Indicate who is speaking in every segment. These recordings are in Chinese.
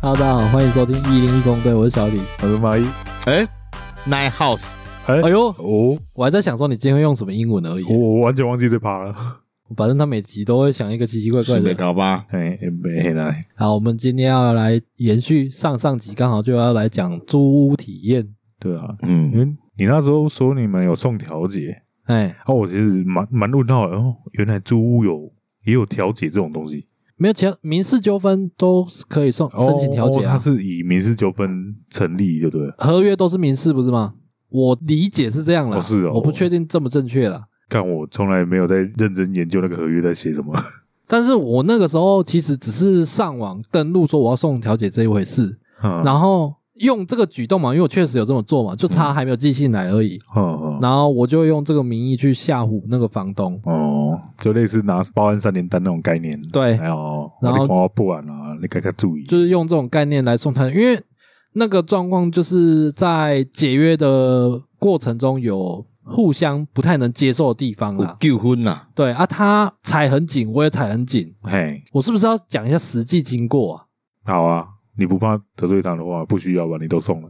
Speaker 1: Hello，大家好，欢迎收听一零一公队，我是小李。
Speaker 2: 我是蚂蚁。
Speaker 3: 哎，Nine House，
Speaker 2: 哎
Speaker 1: 哎呦，
Speaker 2: 哦，
Speaker 1: 我还在想说你今天会用什么英文而已。
Speaker 2: 我我完全忘记这趴了。
Speaker 1: 反正他每集都会想一个奇奇怪怪
Speaker 3: 准备
Speaker 1: 的。
Speaker 3: 搞吧。
Speaker 2: 哎，没来，
Speaker 1: 好，我们今天要来延续上上集，刚好就要来讲租屋体验。
Speaker 2: 对啊，因
Speaker 3: 嗯，
Speaker 2: 为你那时候说你们有送调解，
Speaker 1: 哎，
Speaker 2: 哦，我其实蛮蛮问号的。哦，原来租屋有也有调解这种东西，
Speaker 1: 没有其他民事纠纷都是可以送申请调
Speaker 2: 哦
Speaker 1: 解
Speaker 2: 它
Speaker 1: 啊，
Speaker 2: 是以民事纠纷成立，就对了。
Speaker 1: 合约都是民事不是吗？我理解是这样啦，
Speaker 2: 哦是哦
Speaker 1: 我不确定正不正确啦。
Speaker 2: 但我从来没有在认真研究那个合约在写什 么。
Speaker 1: 但是我那个时候其实只是上网登录说我要送调解这一回事，
Speaker 2: 然
Speaker 1: 然后用这个举动嘛，因为我确实有这么做嘛，就差
Speaker 2: 嗯
Speaker 1: 还没有寄信来而已。
Speaker 2: 后
Speaker 1: 然后我就用这个名义去吓唬那个房东，
Speaker 2: 哦，就类似拿报案三联单那种概念。
Speaker 1: 对
Speaker 2: 哎呦，
Speaker 1: 然后
Speaker 2: 你看我不然啊，你该该注意。
Speaker 1: 就是用这种概念来送他，因为那个状况就是在解约的过程中有互相不太能接受的地方
Speaker 3: 有
Speaker 2: 哦
Speaker 1: 啦。
Speaker 3: 纠婚呐，
Speaker 1: 对啊，他踩很紧，我也踩很紧，
Speaker 2: 嘿，
Speaker 1: 我是不是要讲一下实际经过啊？
Speaker 2: 好啊，你不怕得罪他的话，不需要吧？你都送了。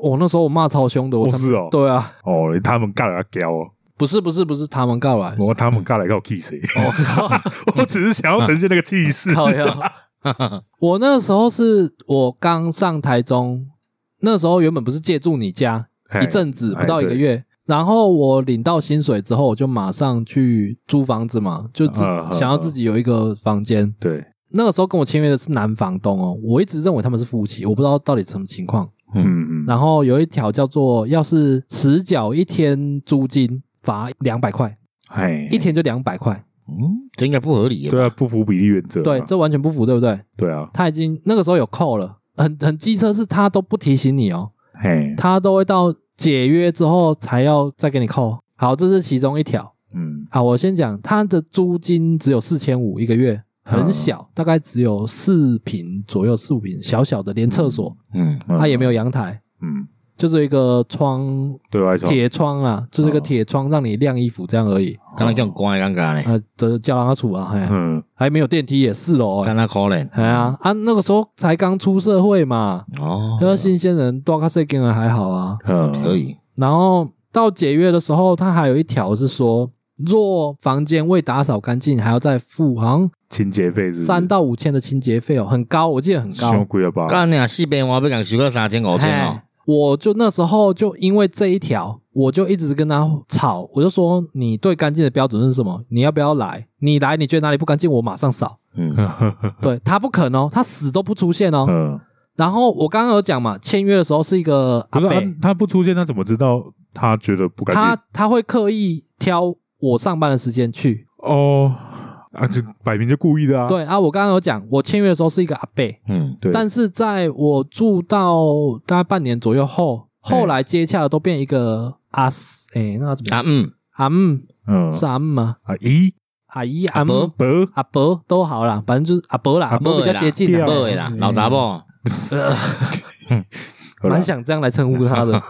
Speaker 1: 我、哦那时候我骂超凶的，我
Speaker 2: 哦
Speaker 1: 才、
Speaker 2: 是哦
Speaker 1: 对啊，
Speaker 2: 哦，他们尬来搞哦，
Speaker 1: 不是不是不是，他们告来，
Speaker 2: 我他们尬来搞 k 谁？
Speaker 1: 哦，靠
Speaker 2: 我只是想要呈现那个气势。
Speaker 1: 靠呀！ 我那时候是我刚上台中，那时候原本不是借住你家，
Speaker 2: 嘿
Speaker 1: 一阵子
Speaker 2: 哎
Speaker 1: 不到一个月，然后我领到薪水之后，我就马上去租房子嘛，就自
Speaker 2: 嗯嗯
Speaker 1: 想要自己有一个房间。
Speaker 2: 对，
Speaker 1: 那个时候跟我签约的是男房东哦，我一直认为他们是夫妻，我不知道到底什么情况。
Speaker 2: 嗯嗯，
Speaker 1: 然后有一条叫做，要是迟缴一天租金，罚两百块，
Speaker 2: 嘿，
Speaker 1: 一天就两百块。
Speaker 3: 嗯，这应该不合理吧。
Speaker 2: 对啊，不符比例原则啊。
Speaker 1: 对，这完全不符，对不对？
Speaker 2: 对啊，
Speaker 1: 他已经那个时候有扣了，很很机车是他都不提醒你哦，
Speaker 2: 嘿，
Speaker 1: 他都会到解约之后才要再给你扣。好，这是其中一条。
Speaker 2: 嗯
Speaker 1: 啊，我先讲，它的租金只有四千五一个月，很
Speaker 2: 嗯
Speaker 1: 小，大概只有四平左右，四五平，小小的，连厕所，
Speaker 3: 嗯，
Speaker 2: 嗯
Speaker 1: 它也没有阳台，
Speaker 2: 嗯，
Speaker 1: 就是一个窗，
Speaker 2: 对外窗
Speaker 1: 铁窗啊，就是一个
Speaker 2: 嗯
Speaker 1: 铁窗让你晾衣服这样而已。
Speaker 3: 刚才叫关的尴尬呢，
Speaker 1: 啊，这叫他处啊，哎，
Speaker 2: 哎嗯
Speaker 1: 还没有电梯耶，四楼
Speaker 3: 看
Speaker 1: 哎，
Speaker 3: 他可怜。
Speaker 1: 哎呀，啊，那个时候才刚出社会嘛，
Speaker 3: 哦，
Speaker 1: 那新鲜人多卡塞跟人还好啊。
Speaker 2: 嗯，
Speaker 3: 可以。
Speaker 1: 然后到解约的时候，它还有一条是说，若房间未打扫干净，还要再付好像
Speaker 2: 清洁费是
Speaker 1: 三到五千的清洁费哦，很高，我记得很
Speaker 2: 凶
Speaker 1: 高。
Speaker 2: 贵了吧？
Speaker 3: 干你啊，四边我要讲收个三千五千
Speaker 2: 啊
Speaker 3: 哦
Speaker 1: 哎。我就那时候就因为这一条，我就一直跟他吵，我就说你对干净的标准是什么？你要不要来？你来你觉得哪里不干净，我马上扫。
Speaker 3: 嗯，
Speaker 1: 对他不肯哦，他死都不出现哦。
Speaker 2: 嗯，
Speaker 1: 然后我刚刚有讲嘛，签约的时候是一个阿
Speaker 2: 不是啊
Speaker 1: 伯，
Speaker 2: 他他不出现，他怎么知道他觉得不干净？
Speaker 1: 他他会刻意挑我上班的时间去。
Speaker 2: 哦啊，这摆明就故意的啊。
Speaker 1: 对啊，我刚刚有讲，我签约的时候是一个阿伯，
Speaker 3: 嗯，
Speaker 2: 对，
Speaker 1: 但是在我住到大概半年左右后，
Speaker 2: 嘿
Speaker 1: 后来接洽的都变一个阿斯，哎、那个怎么
Speaker 3: 啊
Speaker 1: 样？
Speaker 3: 嗯，
Speaker 1: 阿姆
Speaker 2: 嗯
Speaker 1: 是阿嗯姆吗？
Speaker 2: 啊，咦，嗯
Speaker 1: 阿姨、阿
Speaker 3: 伯
Speaker 1: 姆、
Speaker 2: 伯
Speaker 1: 阿伯都好啦，反正就是阿伯啦，阿
Speaker 2: 阿
Speaker 1: 伯
Speaker 3: 伯
Speaker 1: 比较接近嗯
Speaker 2: 对
Speaker 3: 老
Speaker 1: 啦，
Speaker 2: 啦对啊
Speaker 3: 的啦，老查某。
Speaker 2: 嗯
Speaker 1: 蛮想这样来称呼他的。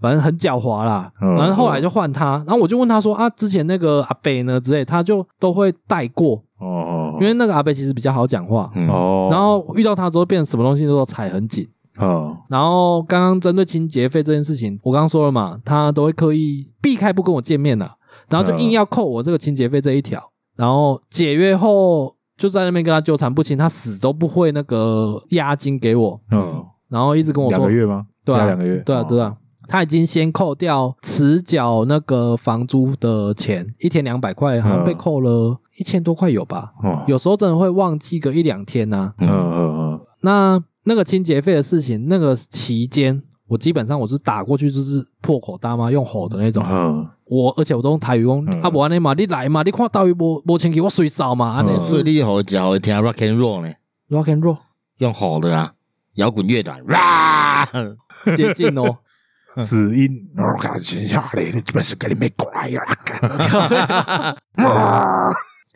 Speaker 1: 反正很狡猾啦，
Speaker 2: 嗯
Speaker 1: 然后后来就换他，然后我就问他说啊，之前那个阿贝呢之类，他就都会带过，
Speaker 2: 哦哦，
Speaker 1: 因为那个阿贝其实比较好讲话，
Speaker 3: 嗯，
Speaker 2: 哦，
Speaker 1: 然后遇到他之后变成什么东西都踩很紧，
Speaker 2: 嗯
Speaker 1: 然后刚刚针对清洁费这件事情，我刚刚说了嘛，他都会刻意避开不跟我见面了，然
Speaker 2: 嗯
Speaker 1: 后就硬要扣我这个清洁费这一条。然后解约后就在那边跟他纠缠不清，他死都不会那个押金给我，
Speaker 2: 嗯，
Speaker 1: 然后一直跟我
Speaker 2: 两
Speaker 1: 说
Speaker 2: 个，月吗？
Speaker 1: 对啊
Speaker 2: 加两个月，
Speaker 1: 对啊
Speaker 2: 哦
Speaker 1: 对，啊，他已经先扣掉迟缴那个房租的钱，一天两百块，好像
Speaker 2: 嗯
Speaker 1: 被扣了一千多块有吧？
Speaker 2: 哦，
Speaker 1: 啊有时候真的会忘记个一两天啊呐、
Speaker 2: 嗯嗯嗯
Speaker 1: 那那个清洁费的事情，那个期间，我基本上我是打过去就是破口大骂，用吼的那种。
Speaker 2: 嗯
Speaker 1: 我而且我都用台语讲，
Speaker 2: 嗯
Speaker 1: 啊不安尼嘛，你来嘛，你看到底无无清气，我随扫嘛，安尼
Speaker 2: 嗯
Speaker 3: 所以
Speaker 1: 是
Speaker 3: 你好食好听 rock and roll 呢，
Speaker 1: rock and roll
Speaker 3: 用吼的啊，摇滚乐团哇， 啊
Speaker 1: 接近哦。
Speaker 2: 嗯，死因，我感觉下来的基本是跟你没过来呀，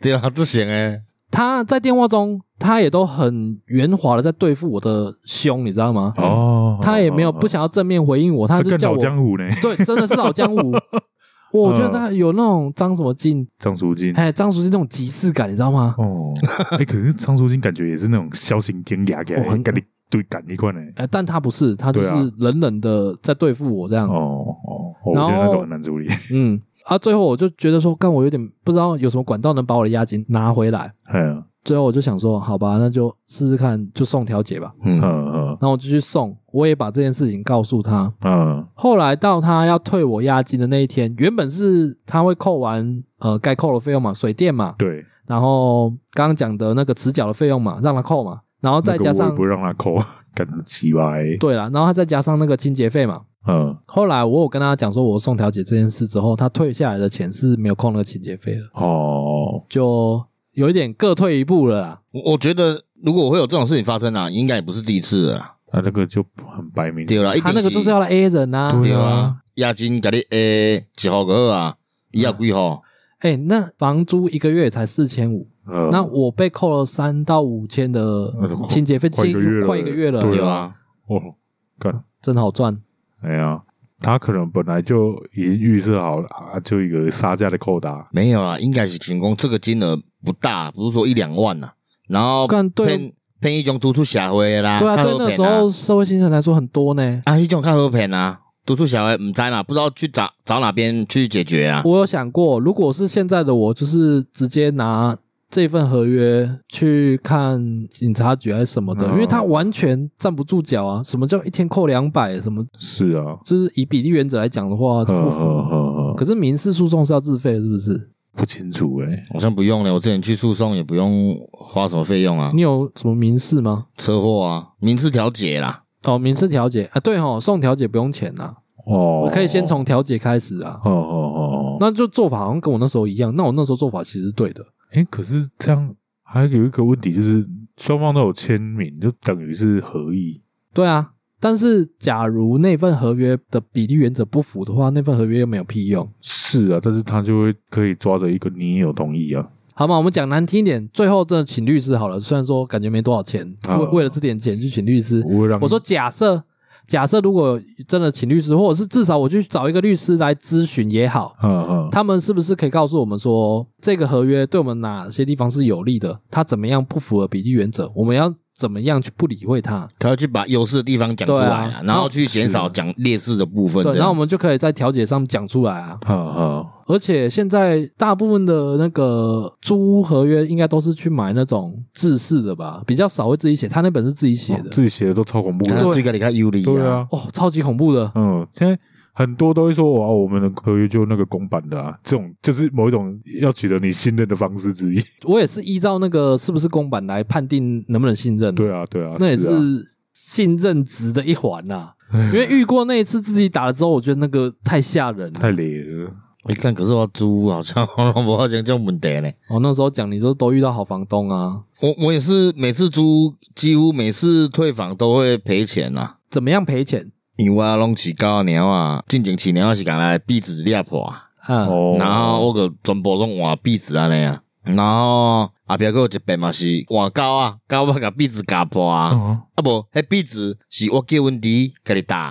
Speaker 3: 对啊，这行诶，
Speaker 1: 他在电话中，他也都很圆滑的在对付我的胸，你知道吗？
Speaker 2: 哦，
Speaker 1: 他也没有不
Speaker 2: 想，
Speaker 1: 想要正面回应我，他
Speaker 2: 他
Speaker 1: 就
Speaker 2: 更
Speaker 1: 叫
Speaker 2: 老
Speaker 1: 我
Speaker 2: 江湖呢，
Speaker 1: 对，真的是老江 湖。我觉得
Speaker 2: 嗯
Speaker 1: 他有那种张什么进，
Speaker 2: 张淑金。
Speaker 1: 哎，张淑静那种 即视感，你知道吗？
Speaker 2: 哦，哎，可是张淑金感觉也是那种小型天涯给
Speaker 1: 哦很
Speaker 2: 跟你对赶一块呢。
Speaker 1: 哎，但他不是，他就是
Speaker 2: 对啊
Speaker 1: 冷冷的在对付我这样。
Speaker 2: 哦哦，我
Speaker 1: 然
Speaker 2: 觉得那
Speaker 1: 后
Speaker 2: 种很难处理。
Speaker 1: 嗯，啊，最后我就觉得说，干我有点不知道有什么管道能把我的押金拿回来。
Speaker 2: 哎呀，
Speaker 1: 最后我就想说，好吧，那就试试看，就送调解吧。
Speaker 2: 嗯
Speaker 3: 嗯，
Speaker 2: 嗯
Speaker 1: 然后我就去送，我也把这件事情告诉他。
Speaker 2: 嗯
Speaker 1: 后来到他要退我押金的那一天，原本是他会扣完呃该扣的费用嘛，水电嘛，
Speaker 2: 对，
Speaker 1: 然后刚刚讲的那个迟缴的费用嘛，让他扣嘛，然后再
Speaker 2: 那个
Speaker 1: 加
Speaker 2: 我
Speaker 1: 上
Speaker 2: 也不让他扣， 干鸡巴欸。
Speaker 1: 对了，然后他再加上那个清洁费嘛。
Speaker 2: 嗯，
Speaker 1: 后来我有跟他讲说，我送调解这件事之后，他退下来的钱是没有扣那个清洁费的，
Speaker 2: 哦，
Speaker 1: 就有一点各退一步了啦。
Speaker 3: 我我觉得如果会有这种事情发生啊，应该也不是第一次了啦。
Speaker 2: 那这个就很白明。
Speaker 3: 对啦，
Speaker 1: 他那个就是要来 A 人呐、啊，
Speaker 2: 哎对
Speaker 3: 对
Speaker 2: 啊
Speaker 3: 啊，押金给你呃 A 几号个啊？
Speaker 1: 嗯
Speaker 3: 一号几号？
Speaker 1: 哎、那房租一个月才四千五，
Speaker 2: 嗯
Speaker 1: 那我被扣了三到五千的清洁费，
Speaker 2: 哎快一个月了
Speaker 1: 快一个月了，
Speaker 2: 对
Speaker 3: 对
Speaker 2: 啊
Speaker 3: 啊，
Speaker 2: 哦，干，
Speaker 1: 真好赚。
Speaker 2: 哎呀，他可能本来就已经预设好了，啊，就一个杀价的扣打。
Speaker 3: 没有啦，啊应该是成功。这个金额不大，不是说一两万呐。然后
Speaker 1: 干对啊
Speaker 3: 骗骗一种突出社会的啦，
Speaker 1: 对啊，
Speaker 3: 较
Speaker 1: 对
Speaker 3: 好
Speaker 1: 那
Speaker 3: 骗
Speaker 1: 时候社会新人来说很多呢。
Speaker 3: 啊，迄种较好骗啊，读出小孩唔知啦，不知道去找找哪边去解决啊。
Speaker 1: 我有想过，如果是现在的我，就是直接拿这份合约去看警察局还是什么的，
Speaker 2: 嗯
Speaker 1: 因为他完全站不住脚啊。什么叫一天扣两百？什么
Speaker 2: 是啊，
Speaker 1: 就是以比例原则来讲的话，
Speaker 2: 嗯
Speaker 1: 不
Speaker 2: 嗯
Speaker 1: 符。
Speaker 2: 嗯
Speaker 1: 可
Speaker 2: 嗯，
Speaker 1: 是民事诉讼是要自费的，是不是？
Speaker 2: 不清楚哎。
Speaker 3: 好像不用了，我之前去诉讼也不用花什么费用啊
Speaker 2: 嗯
Speaker 1: 你，有什么民事吗？
Speaker 3: 车祸啊，民事调解啦。
Speaker 1: 哦，民事调解啊，对哦，送调解不用钱呐、
Speaker 2: 哦，
Speaker 1: 可以先从调解开始啊。
Speaker 2: 哦哦哦哦，
Speaker 1: 那就做法好像跟我那时候一样，那我那时候做法其实是对的。
Speaker 2: 哎，可是这样还有一个问题就是，双方都有签名，就等于是合意。
Speaker 1: 对啊，但是假如那份合约的比例原则不符的话，那份合约又没有屁用。
Speaker 2: 是啊，但是他就会可以抓着一个你也有同意啊，
Speaker 1: 好嘛，我们讲难听一点，最后真的请律师好了。虽然说感觉没多少钱，
Speaker 2: 啊
Speaker 1: 为为了这点钱去请律师。
Speaker 2: 我会让
Speaker 1: 我说假设，假设如果真的请律师，或者是至少我去找一个律师来咨询也好，
Speaker 2: 嗯嗯
Speaker 1: 他们是不是可以告诉我们说，这个合约对我们哪些地方是有利的？它怎么样不符合比例原则？我们要怎么样去不理会它？
Speaker 3: 他要去把优势的地方讲出来
Speaker 1: 对
Speaker 3: 啊，
Speaker 1: 啊
Speaker 3: 然后去减
Speaker 2: 是
Speaker 3: 少
Speaker 2: 啊
Speaker 3: 讲劣势的部分。
Speaker 1: 对，
Speaker 3: 这
Speaker 1: 然后
Speaker 3: 样
Speaker 1: 我们就可以在调解上讲出来啊。
Speaker 2: 嗯嗯，
Speaker 1: 而且现在大部分的那个租屋合约应该都是去买那种制式的吧，比较少会自己写。他那本是自己写
Speaker 2: 哦
Speaker 1: 的，
Speaker 2: 自己写的都超恐怖
Speaker 3: 啊
Speaker 2: 的，
Speaker 3: 对个你看有利
Speaker 2: 对啊，
Speaker 1: 哦，超级恐怖的。
Speaker 2: 嗯，现在很多都会说哇，我们的合约就那个公版的啊，这种就是某一种要取得你信任的方式之
Speaker 3: 嗯
Speaker 2: 一。
Speaker 1: 我也是依照那个是不是公版来判定能不能信任，、
Speaker 2: 对啊，对啊，
Speaker 1: 那也
Speaker 2: 啊
Speaker 1: 是信任值的一环呐、 因为遇过那一次自己打了之后，我觉得那个太吓人了。
Speaker 2: 太累了。
Speaker 3: 你看，可是我租好像 我好像这种问题呢。
Speaker 1: 我、哦那时候讲，你说都遇到好房东啊，
Speaker 3: 我我也是每次租，几乎每次退房都会赔钱呐、啊。
Speaker 1: 怎么样赔钱？
Speaker 3: 因为我拢饲狗猫啊，进前饲猫是讲来壁纸裂破啊，
Speaker 1: 嗯，
Speaker 2: 哦
Speaker 3: 然后我个全部拢换壁纸安尼啊，然后后壁还有一遍嘛是换狗啊，狗我甲壁纸夹破啊，
Speaker 2: 嗯
Speaker 3: 啊无迄壁纸是我叫阮弟甲你打，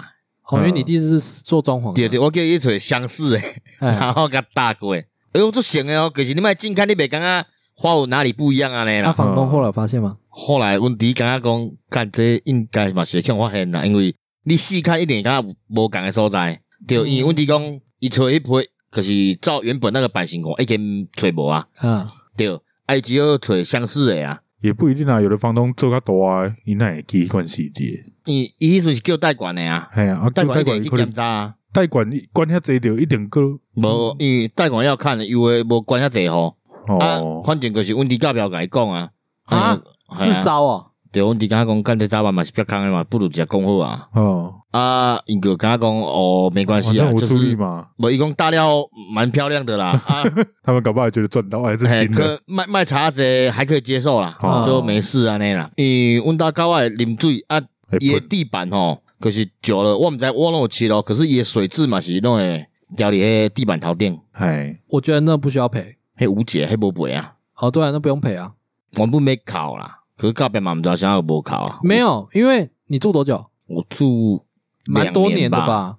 Speaker 1: 哦，
Speaker 2: 嗯
Speaker 1: 因为你弟是做装潢的，
Speaker 3: 对对，我叫伊找相似诶，
Speaker 1: 哎，
Speaker 3: 然后甲打过，哎呦做行诶哦，可是你卖近看你袂感觉花有哪里不一样安尼
Speaker 2: 嗯
Speaker 1: 那
Speaker 3: 啦。
Speaker 1: 啊房东后来有发现吗？
Speaker 3: 后来阮弟感觉讲，干这应该嘛是去发现啦，因为你细看一点，感觉无共诶所在。对，
Speaker 2: 嗯
Speaker 3: 因为阮弟讲，伊找迄批，可是照原本那个版型讲，已经找无啊。
Speaker 1: 嗯，
Speaker 3: 对，啊伊只有找相似诶啊。
Speaker 2: 也不一定啊，有的房东做较大啊，伊那会记关细节。
Speaker 3: 伊伊迄阵是叫贷款诶啊，
Speaker 2: 哎呀，啊，
Speaker 3: 贷款
Speaker 2: 贷
Speaker 3: 一
Speaker 2: 款
Speaker 3: 定去
Speaker 2: 可
Speaker 3: 检
Speaker 2: 能
Speaker 3: 查啊。
Speaker 2: 贷款管遐济着，一定个嗯
Speaker 3: 无，因为贷款要看，因为无管遐济吼。啊，
Speaker 2: 哦，
Speaker 3: 反正就是阮弟教表甲伊讲啊。
Speaker 1: 啊，
Speaker 3: 哎呀
Speaker 1: 自。招哦，
Speaker 3: 对，阮弟感觉讲，干这早晚嘛是不要空诶嘛，不如直接讲好啊。
Speaker 2: 哦，
Speaker 3: 啊，伊就感觉讲，哦，没关
Speaker 2: 反
Speaker 3: 系啊，
Speaker 2: 正我
Speaker 3: 就
Speaker 2: 出力
Speaker 3: 是。
Speaker 2: 嘛，
Speaker 3: 我一共大料蛮漂亮的啦，啊，
Speaker 2: 他们搞不好也觉得赚到，还是
Speaker 3: 嘿
Speaker 2: 新的。
Speaker 3: 可卖卖茶子还可以接受啦，
Speaker 2: 哦
Speaker 3: 就没事安尼啦。伊阮兜狗仔会啉水啊，
Speaker 2: 会
Speaker 3: 伊的
Speaker 2: 喷
Speaker 3: 地板吼，可是久了我毋知我拢有饲咯，可是伊的水质嘛是拢会掉伫迄地板头顶，
Speaker 2: 哎，
Speaker 1: 我觉得那不需要赔。
Speaker 3: 迄无解，迄无赔啊，
Speaker 1: 哦，对啊，那不用赔啊。
Speaker 3: 原本没考啦，可是到边嘛毋知道啥有无考啊。
Speaker 1: 没有，因为你住多久？
Speaker 3: 我，我住
Speaker 1: 蛮多
Speaker 3: 两年
Speaker 1: 的？吧。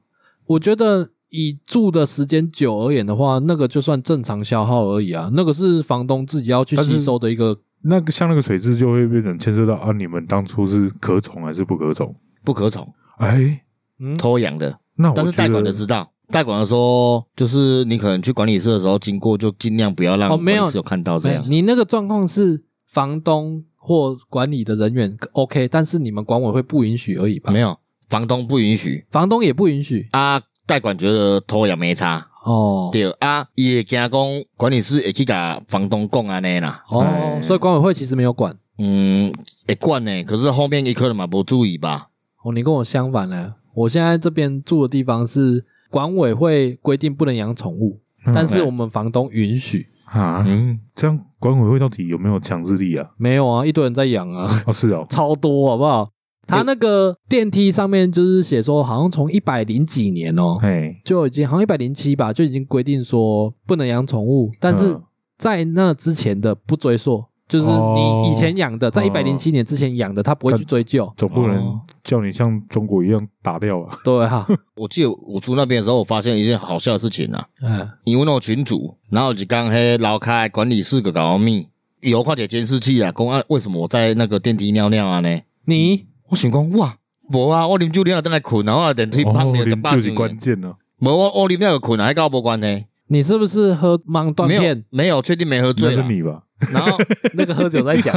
Speaker 1: 我觉得以住的时间久而言的话，那个就算正常消耗而已啊，那个是房东自己要去吸收的一个
Speaker 2: 那个像那个水质就会变成牵涉到啊，你们当初是可宠还是不可宠？
Speaker 3: 不可宠，
Speaker 2: 哎，
Speaker 1: 嗯，
Speaker 3: 偷养的。
Speaker 2: 那我
Speaker 3: 但是
Speaker 2: 觉
Speaker 3: 代管的
Speaker 2: 得
Speaker 3: 知道，代管的说，就是你可能去管理室的时候经过，就尽量不要让
Speaker 1: 哦没有
Speaker 3: 管理室有看到这
Speaker 1: 没有
Speaker 3: 样。
Speaker 1: 你那个状况是房东或管理的人员 OK，但是你们管委会不允许而已吧
Speaker 3: 没？有，房东不允许
Speaker 1: 房东也不允许
Speaker 3: 啊。代管觉得偷养没差，
Speaker 1: 哦
Speaker 3: 对啊，伊会惊讲管理室会去甲房东讲安尼啦。
Speaker 1: 哦，所以管委会其实没有管
Speaker 3: 嗯，会管呢，可是后面伊可能嘛无注意吧。
Speaker 1: 哦。你跟我相反呢，我现在这边住的地方是管委会规定不能养宠物，
Speaker 2: 嗯
Speaker 1: 但是我们房东允许。
Speaker 2: 啊，
Speaker 3: 嗯，
Speaker 2: 这样管委会到底有没有强制 力啊？
Speaker 1: 没有啊，一堆人在养啊。
Speaker 2: 哦，是哦，
Speaker 1: 超多，好不好？他那个电梯上面就是写说，好像从一百零几年哦、
Speaker 2: 哎，
Speaker 1: 就已经好像一百零七吧，就已经规定说不能养宠物，但是
Speaker 2: 嗯
Speaker 1: 在那之前的不追溯，就是
Speaker 2: 哦
Speaker 1: 你以前养的，在一百零七年之前养的，他不会去追究，
Speaker 2: 总不能
Speaker 3: 哦
Speaker 2: 叫你像中国一样打掉啊？
Speaker 1: 对哈、啊，
Speaker 3: 我记得我住那边的时候，我发现一件好笑的事情啊。
Speaker 1: 嗯，
Speaker 3: 因为那群主，然后就讲嘿，楼开管理室个搞密，有看者监视器啊，讲啊，为什么我在那个电梯尿尿啊呢？
Speaker 1: 你
Speaker 3: 我想讲哇，无啊，我啉酒了等来困，然后啊电梯放
Speaker 2: 哦你
Speaker 3: 了，十
Speaker 2: 们
Speaker 3: 八
Speaker 2: 就是关键了。
Speaker 3: 无我我啉了困啊，还跟我无关呢，
Speaker 1: 你是不是喝盲断
Speaker 3: 没有
Speaker 1: 片？
Speaker 3: 没有确定没喝
Speaker 2: 那
Speaker 3: 醉
Speaker 2: 是
Speaker 3: 啦。
Speaker 2: 你吧？
Speaker 3: 然 后
Speaker 1: 那个喝酒在讲，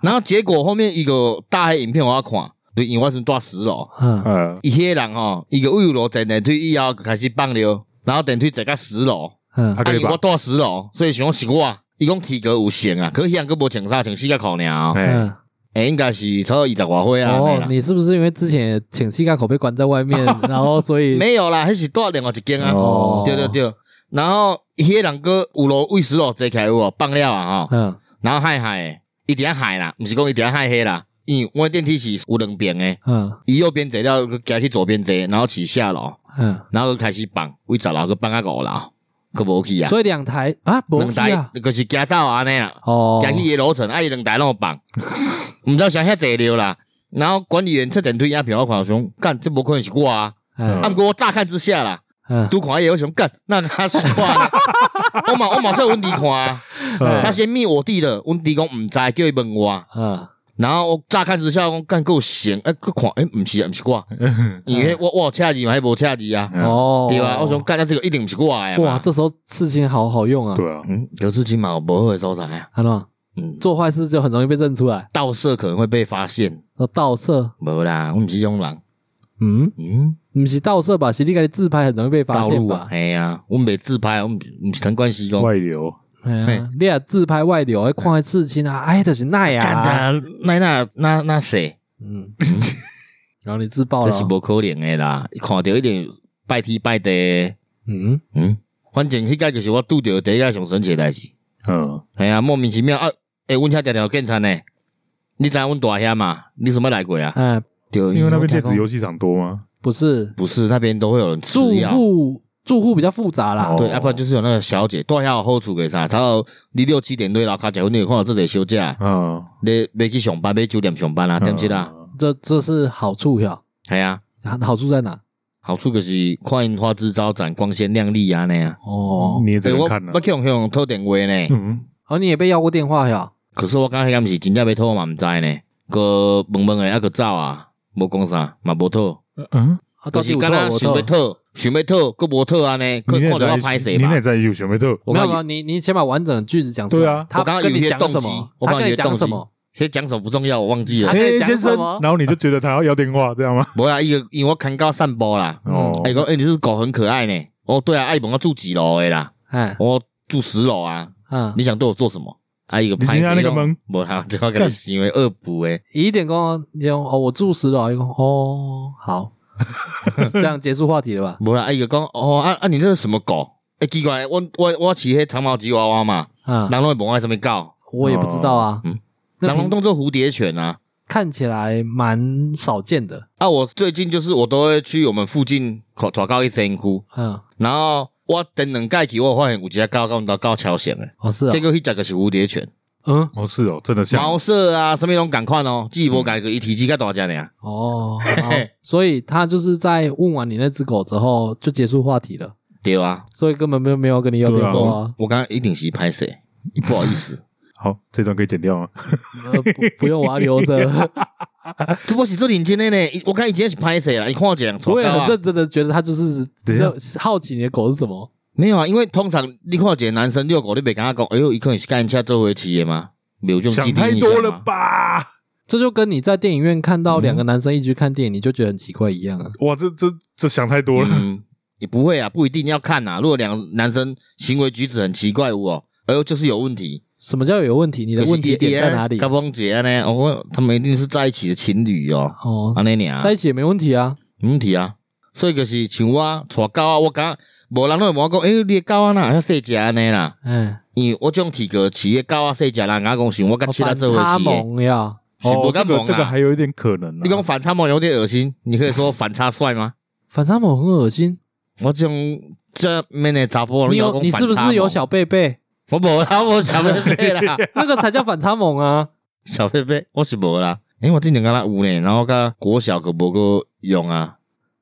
Speaker 3: 然后结果后面一个大黑影片我要看，对，因为我是住十楼，
Speaker 1: 嗯，
Speaker 2: 呃，
Speaker 3: 伊迄个人吼，伊个五楼坐电梯以后就开始放尿，然后电梯坐到十楼。
Speaker 1: 嗯
Speaker 2: 他
Speaker 3: 啊，
Speaker 2: 可以
Speaker 3: 因为
Speaker 2: 把
Speaker 3: 我住十楼，所以想讲是我，伊讲体格有型啊，可是人个无穿衫，穿四角裤尔哦。
Speaker 2: 哎，
Speaker 1: 嗯，
Speaker 3: 诶，应该是超过二十外岁啊，没
Speaker 1: 哦，
Speaker 3: 啦
Speaker 1: 你是不是因为之前请膝盖口被关在外面，然后所以
Speaker 3: 没有啦，迄是住另外一间啊。
Speaker 1: 哦
Speaker 3: 对对对，然后迄个人个五楼为十楼坐起来有哦，放了啊吼，
Speaker 1: 嗯
Speaker 3: 然后害害的，伊伫遐害啦，毋是讲伊伫遐害迄啦，因为阮电梯是有两边诶，
Speaker 1: 嗯
Speaker 3: 伊右边坐了，佮行去左边坐，然后起下楼，
Speaker 1: 嗯，
Speaker 3: 然后佮开始放，为十楼佮放到五楼，佮无去啊，
Speaker 1: 所以两台啊，不
Speaker 3: 两
Speaker 1: 是啊，
Speaker 3: 台就是行走安尼啦。
Speaker 1: 哦，
Speaker 3: 行去伊的楼层，啊伊两台拢有 放，毋知想遐坐了啦。然后管理员出电梯影片，我啊看想，干这无可能是我啊！
Speaker 1: 嗯
Speaker 3: 啊，毋过我乍看之下啦，
Speaker 1: 嗯
Speaker 3: 拄看伊，我想干，那他是我啊。我嘛我马上阮弟看啊，
Speaker 2: 呃
Speaker 3: 他先密我弟的，阮弟讲毋知，叫伊问我。
Speaker 1: 嗯
Speaker 3: 然后我乍看之下，我讲干够闲，哎，佮看，哎，毋是啊，毋是我，因为我我有车字嘛，还无车字啊，
Speaker 1: 哦，
Speaker 3: 对啊，我想干，那这个一定毋是我诶。
Speaker 1: 哇，，这时候事情好好用啊，
Speaker 2: 对啊，
Speaker 3: 嗯，刘志金嘛，有无好诶所在啊，
Speaker 1: 看到吗
Speaker 3: 嗯，
Speaker 1: 做坏事就很容易被认出来，
Speaker 3: 盗摄可能会被发现，
Speaker 1: 呃盗摄，
Speaker 3: 无啦，我毋是这种人，
Speaker 1: 嗯，
Speaker 3: 嗯。
Speaker 1: 不是盗摄吧？是你给你自拍很容易被发
Speaker 3: 道
Speaker 1: 现
Speaker 3: 路啊
Speaker 1: 吧，？
Speaker 3: 嘿呀、我们袂自拍，我们毋是陈冠希讲，
Speaker 2: 外流，
Speaker 1: 哎呀你也自拍外流，还看那刺青啊，哎，就是那
Speaker 3: 干
Speaker 1: 呀，
Speaker 3: 他那那那那谁，
Speaker 1: 嗯， 然后你自爆
Speaker 3: 这
Speaker 1: 了
Speaker 3: 是
Speaker 1: 哦，
Speaker 3: 无可能的啦，看到一点拜天拜地的，
Speaker 1: 嗯，
Speaker 3: 嗯，反正迄个就是我拄着第一个上神奇的代志，
Speaker 2: 嗯，
Speaker 3: 嘿呀、莫名其妙啊，诶、阮遐条条建餐呢，你知影阮大遐嘛？你什么来过啊？
Speaker 1: 哎，
Speaker 3: 对，
Speaker 2: 因为那边电
Speaker 3: 我
Speaker 2: 子
Speaker 3: 听讲
Speaker 2: 游戏场多吗？
Speaker 1: 不是
Speaker 3: 不是那边都会有人吃
Speaker 1: 住
Speaker 3: 药。
Speaker 1: 户住户比较复杂啦
Speaker 2: 哦，
Speaker 3: 对，要、啊不然就是有那个小姐，大遐有好处给啥，然后你六七点对楼骹食饭，你有看到这里休假，
Speaker 2: 嗯，
Speaker 3: 你要去上班，要九点上班啊，对不对啦？
Speaker 2: 嗯？
Speaker 1: 这这是好处呀，
Speaker 3: 系啊，
Speaker 1: 好好处在哪？
Speaker 3: 好处就是看樱花枝招展，光鲜亮丽啊那样。
Speaker 1: 哦，
Speaker 2: 你也只
Speaker 3: 欸
Speaker 2: 能
Speaker 3: 我
Speaker 2: 看啊了
Speaker 3: 我，去用去用偷电话呢，
Speaker 2: 嗯，
Speaker 1: 哦，你也被要过电话呀？
Speaker 3: 可是我刚才敢毋是真正要偷，我嘛毋知呢。个问问诶，还个走啊，无讲啥，嘛无偷，
Speaker 2: 嗯，
Speaker 1: 啊，到
Speaker 3: 就
Speaker 1: 底
Speaker 3: 是
Speaker 1: 有
Speaker 3: 敢
Speaker 1: 错
Speaker 3: 若
Speaker 1: 我
Speaker 3: 想
Speaker 1: 错？
Speaker 3: 要偷，想要偷，佫无偷安尼，
Speaker 2: 你
Speaker 3: 佫看着我
Speaker 2: 在
Speaker 3: 歹势
Speaker 2: 你
Speaker 3: 吧啊
Speaker 2: 那。在有什么特？
Speaker 3: 我
Speaker 1: 没有啊
Speaker 3: 刚
Speaker 1: 没有，
Speaker 3: 刚
Speaker 1: 你你先把完整的句子讲出来。
Speaker 2: 对啊
Speaker 1: 他
Speaker 3: 我刚刚
Speaker 1: 跟
Speaker 3: 有
Speaker 1: 你
Speaker 3: 一些
Speaker 1: 讲
Speaker 3: 动
Speaker 1: 什
Speaker 3: 机
Speaker 1: 么？
Speaker 3: 我
Speaker 1: 他
Speaker 3: 刚刚
Speaker 1: 跟
Speaker 3: 有
Speaker 1: 你
Speaker 3: 一些动
Speaker 1: 讲
Speaker 3: 机
Speaker 1: 什么？
Speaker 3: 先讲什么不重要，我忘记
Speaker 1: 他
Speaker 3: 了
Speaker 1: 跟。
Speaker 2: 哎，
Speaker 1: 啊你讲
Speaker 2: 先生
Speaker 1: 什么，
Speaker 2: 然后你就觉得他要要电话这样吗？
Speaker 3: 无啦，伊个因为我看到散步啦，
Speaker 2: 哦
Speaker 3: 哎，讲哎，你这只狗很可爱呢。哦，对啊，爱问我住几楼的啦，
Speaker 1: 哎
Speaker 3: 我住十楼啊。
Speaker 1: 嗯，
Speaker 3: 你想对我做什么？啊，一个
Speaker 2: 你
Speaker 3: 拍
Speaker 2: 今天那个门，
Speaker 3: 无啦，这个跟行为恶补诶。
Speaker 1: 一点工，你讲哦，我住十楼，一共哦，好， 这样结束话题了吧？
Speaker 3: 无啦，啊伊就讲哦啊啊，你这是什么狗？哎、奇怪，我我我饲迄长毛吉娃娃嘛，
Speaker 1: 啊，
Speaker 3: 人拢会问我什么狗，
Speaker 1: 我也不知道啊
Speaker 3: 嗯，
Speaker 1: 那
Speaker 3: 人拢
Speaker 1: 平
Speaker 3: 当做蝴蝶犬啊。
Speaker 1: 看起来蛮少见的，
Speaker 3: 啊，我最近就是我都会去我们附近拖拖到一身躯，
Speaker 1: 嗯，
Speaker 3: 然后我等两盖去，我有发现有一只狗跟到狗超像诶，
Speaker 1: 哦是啊
Speaker 3: 结，果迄只就是蝴蝶犬，
Speaker 1: 嗯，
Speaker 2: 哦，是哦，真的像
Speaker 3: 毛色啊，什么拢共款哦，只是无共个伊体积较大只尔。
Speaker 1: 哦，好所以他就是在问完你那只狗之后就结束话题了，
Speaker 3: 对啊，
Speaker 1: 所以根本没有没有跟你要电
Speaker 2: 对
Speaker 1: 话啊，
Speaker 3: 我刚刚一定是拍摄，不好意思，
Speaker 2: 好，这段可以剪掉吗？
Speaker 1: 呃不不用，我要留着。
Speaker 3: 这我是做认真的呢，我看以前是拍谁啦，一看这样，
Speaker 1: 我也
Speaker 3: 大
Speaker 1: 很
Speaker 3: 啊
Speaker 1: 认真的觉得他就是
Speaker 2: 等一下
Speaker 1: 只好奇你的狗是什么。
Speaker 3: 没有啊，因为通常你看一个男生遛狗，你袂敢讲，哎呦，伊可能是干车做回去的吗？没有这种
Speaker 2: 想
Speaker 3: 集体
Speaker 2: 太
Speaker 3: 印象
Speaker 2: 多了
Speaker 3: 吗？
Speaker 2: 吧？
Speaker 1: 这就跟你在电影院看到两个男生一起去看电影，你就觉得很奇怪一样啊。
Speaker 2: 哇，这这这想太多了。
Speaker 3: 嗯，也不会啊，不一定要看啊。如果两男生行为举止很奇怪，我哎呦就是有问题。
Speaker 1: 什么叫有问题？你的问题点在哪里？
Speaker 3: 高峰姐呢？哦，他们一定是在一起的情侣哦，
Speaker 1: 哦，
Speaker 3: 安尼俩
Speaker 1: 在一起也没问题啊。
Speaker 3: 没问题啊。所以就是像我带狗啊，我感觉无人都会问我讲，哎、你的狗啊哪遐细只安尼啦？
Speaker 1: 嗯，
Speaker 3: 因为我这种体格饲的狗啊细只，人家讲是我甲其他做伙
Speaker 1: 哦差
Speaker 3: 饲的。
Speaker 1: 萌呀，
Speaker 3: 是
Speaker 2: 哦
Speaker 3: 不，
Speaker 2: 这
Speaker 3: 敢
Speaker 2: 个
Speaker 3: 猛
Speaker 2: 这个
Speaker 3: 啊
Speaker 2: 还！有一点可能啊。
Speaker 3: 你讲反差萌有点恶心，你可以说反差帅 吗？
Speaker 1: 反差萌很恶心。
Speaker 3: 我这种这面的查甫，
Speaker 1: 你有
Speaker 3: 讲
Speaker 1: 你
Speaker 3: 反
Speaker 1: 是不
Speaker 3: 差
Speaker 1: 是有
Speaker 3: 萌？
Speaker 1: 小贝贝？
Speaker 3: 我无啦，我小贝贝啦，
Speaker 1: 那个才叫反差萌啊！
Speaker 3: 小贝贝我是无啦。因为我之前敢若有呢，然后甲国小个无个用啊，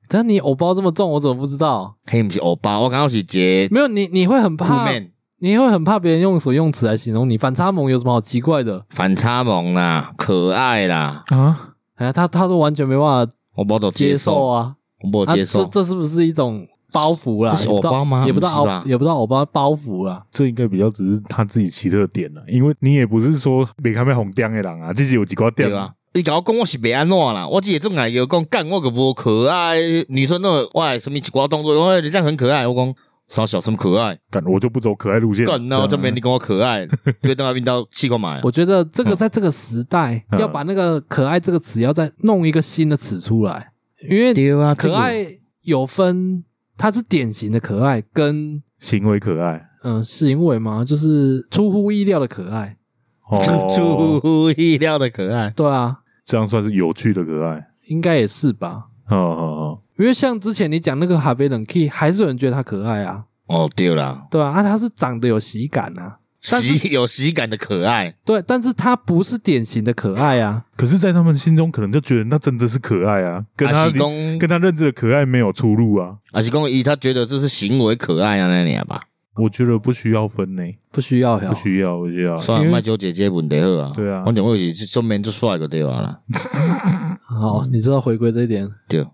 Speaker 1: 但你偶包这么重，我怎么不知道？
Speaker 3: 迄毋是欧巴，我感觉是一个
Speaker 1: 没有你，你会很
Speaker 3: 酷
Speaker 1: 怕，
Speaker 3: man
Speaker 1: 你会很怕别人用什么用词来形容你。反差萌有什么好奇怪的？
Speaker 3: 反差萌啦，可爱啦，
Speaker 2: 啊，
Speaker 1: 哎呀，他他都完全没办法
Speaker 3: 我无都
Speaker 1: 接受
Speaker 3: 受，
Speaker 1: 啊！
Speaker 3: 我无
Speaker 1: 啊，
Speaker 3: 接受
Speaker 1: 这。这是不是一种包袱啦？
Speaker 3: 这是偶包吗
Speaker 1: 也不知道
Speaker 3: 不是吧
Speaker 1: 偶，也不知道偶包包袱啦。
Speaker 2: 这应该比较只是他自己奇特的点了、因为你也不是说每看面红掉的人啊，自己有几个点
Speaker 3: 对啊，你甲我讲我是袂安怎啦，我只会总爱有讲干我个无可爱，女生那哇什么一寡动作，我你这样很可爱，我讲啥小什么可爱，
Speaker 2: 干我就不走可爱路线。啊
Speaker 3: 干那我哦这边你跟我可爱，因为等下变到气功买，
Speaker 1: 我觉得这个在这个时代，
Speaker 2: 嗯
Speaker 1: 要把那个“可爱”这个词，要再弄一个新的词出来，因为
Speaker 3: 对啊，
Speaker 1: 可爱有分，它是典型的可爱，跟
Speaker 2: 行为可爱
Speaker 1: 嗯、呃是因为吗？就是出乎意料的可爱，
Speaker 3: 出
Speaker 2: 哦，
Speaker 3: 乎意料的可爱，
Speaker 1: 对啊，
Speaker 2: 这样算是有趣的可爱。
Speaker 1: 应该也是吧。
Speaker 2: 哦哦
Speaker 1: 因为像之前你讲那个哈维冷 key，还是有人觉得他可爱啊，
Speaker 3: 哦对啦，
Speaker 1: 对啊，啊，他是长得有喜感啊，但是
Speaker 3: 喜 有喜感的可爱，
Speaker 1: 对，但是他不是典型的可爱啊
Speaker 2: 哦，，可是，在他们心中可能就觉得那真的是可爱啊，跟他
Speaker 3: 还是讲
Speaker 2: 跟他认知的可爱没有出入啊。
Speaker 3: 还是讲以他觉得这是行为可爱啊那里啊吧，
Speaker 2: 我觉得不需要分呢、
Speaker 1: 不需要哟
Speaker 2: 不需要，不需
Speaker 1: 啊
Speaker 2: 要，
Speaker 3: 算了，
Speaker 2: 因
Speaker 3: 卖
Speaker 2: 为
Speaker 3: 纠结这个问题好啊，
Speaker 2: 对啊
Speaker 3: 反正我是正面就帅个对啊啦，
Speaker 1: 好，你知道回归这一点，
Speaker 3: 对，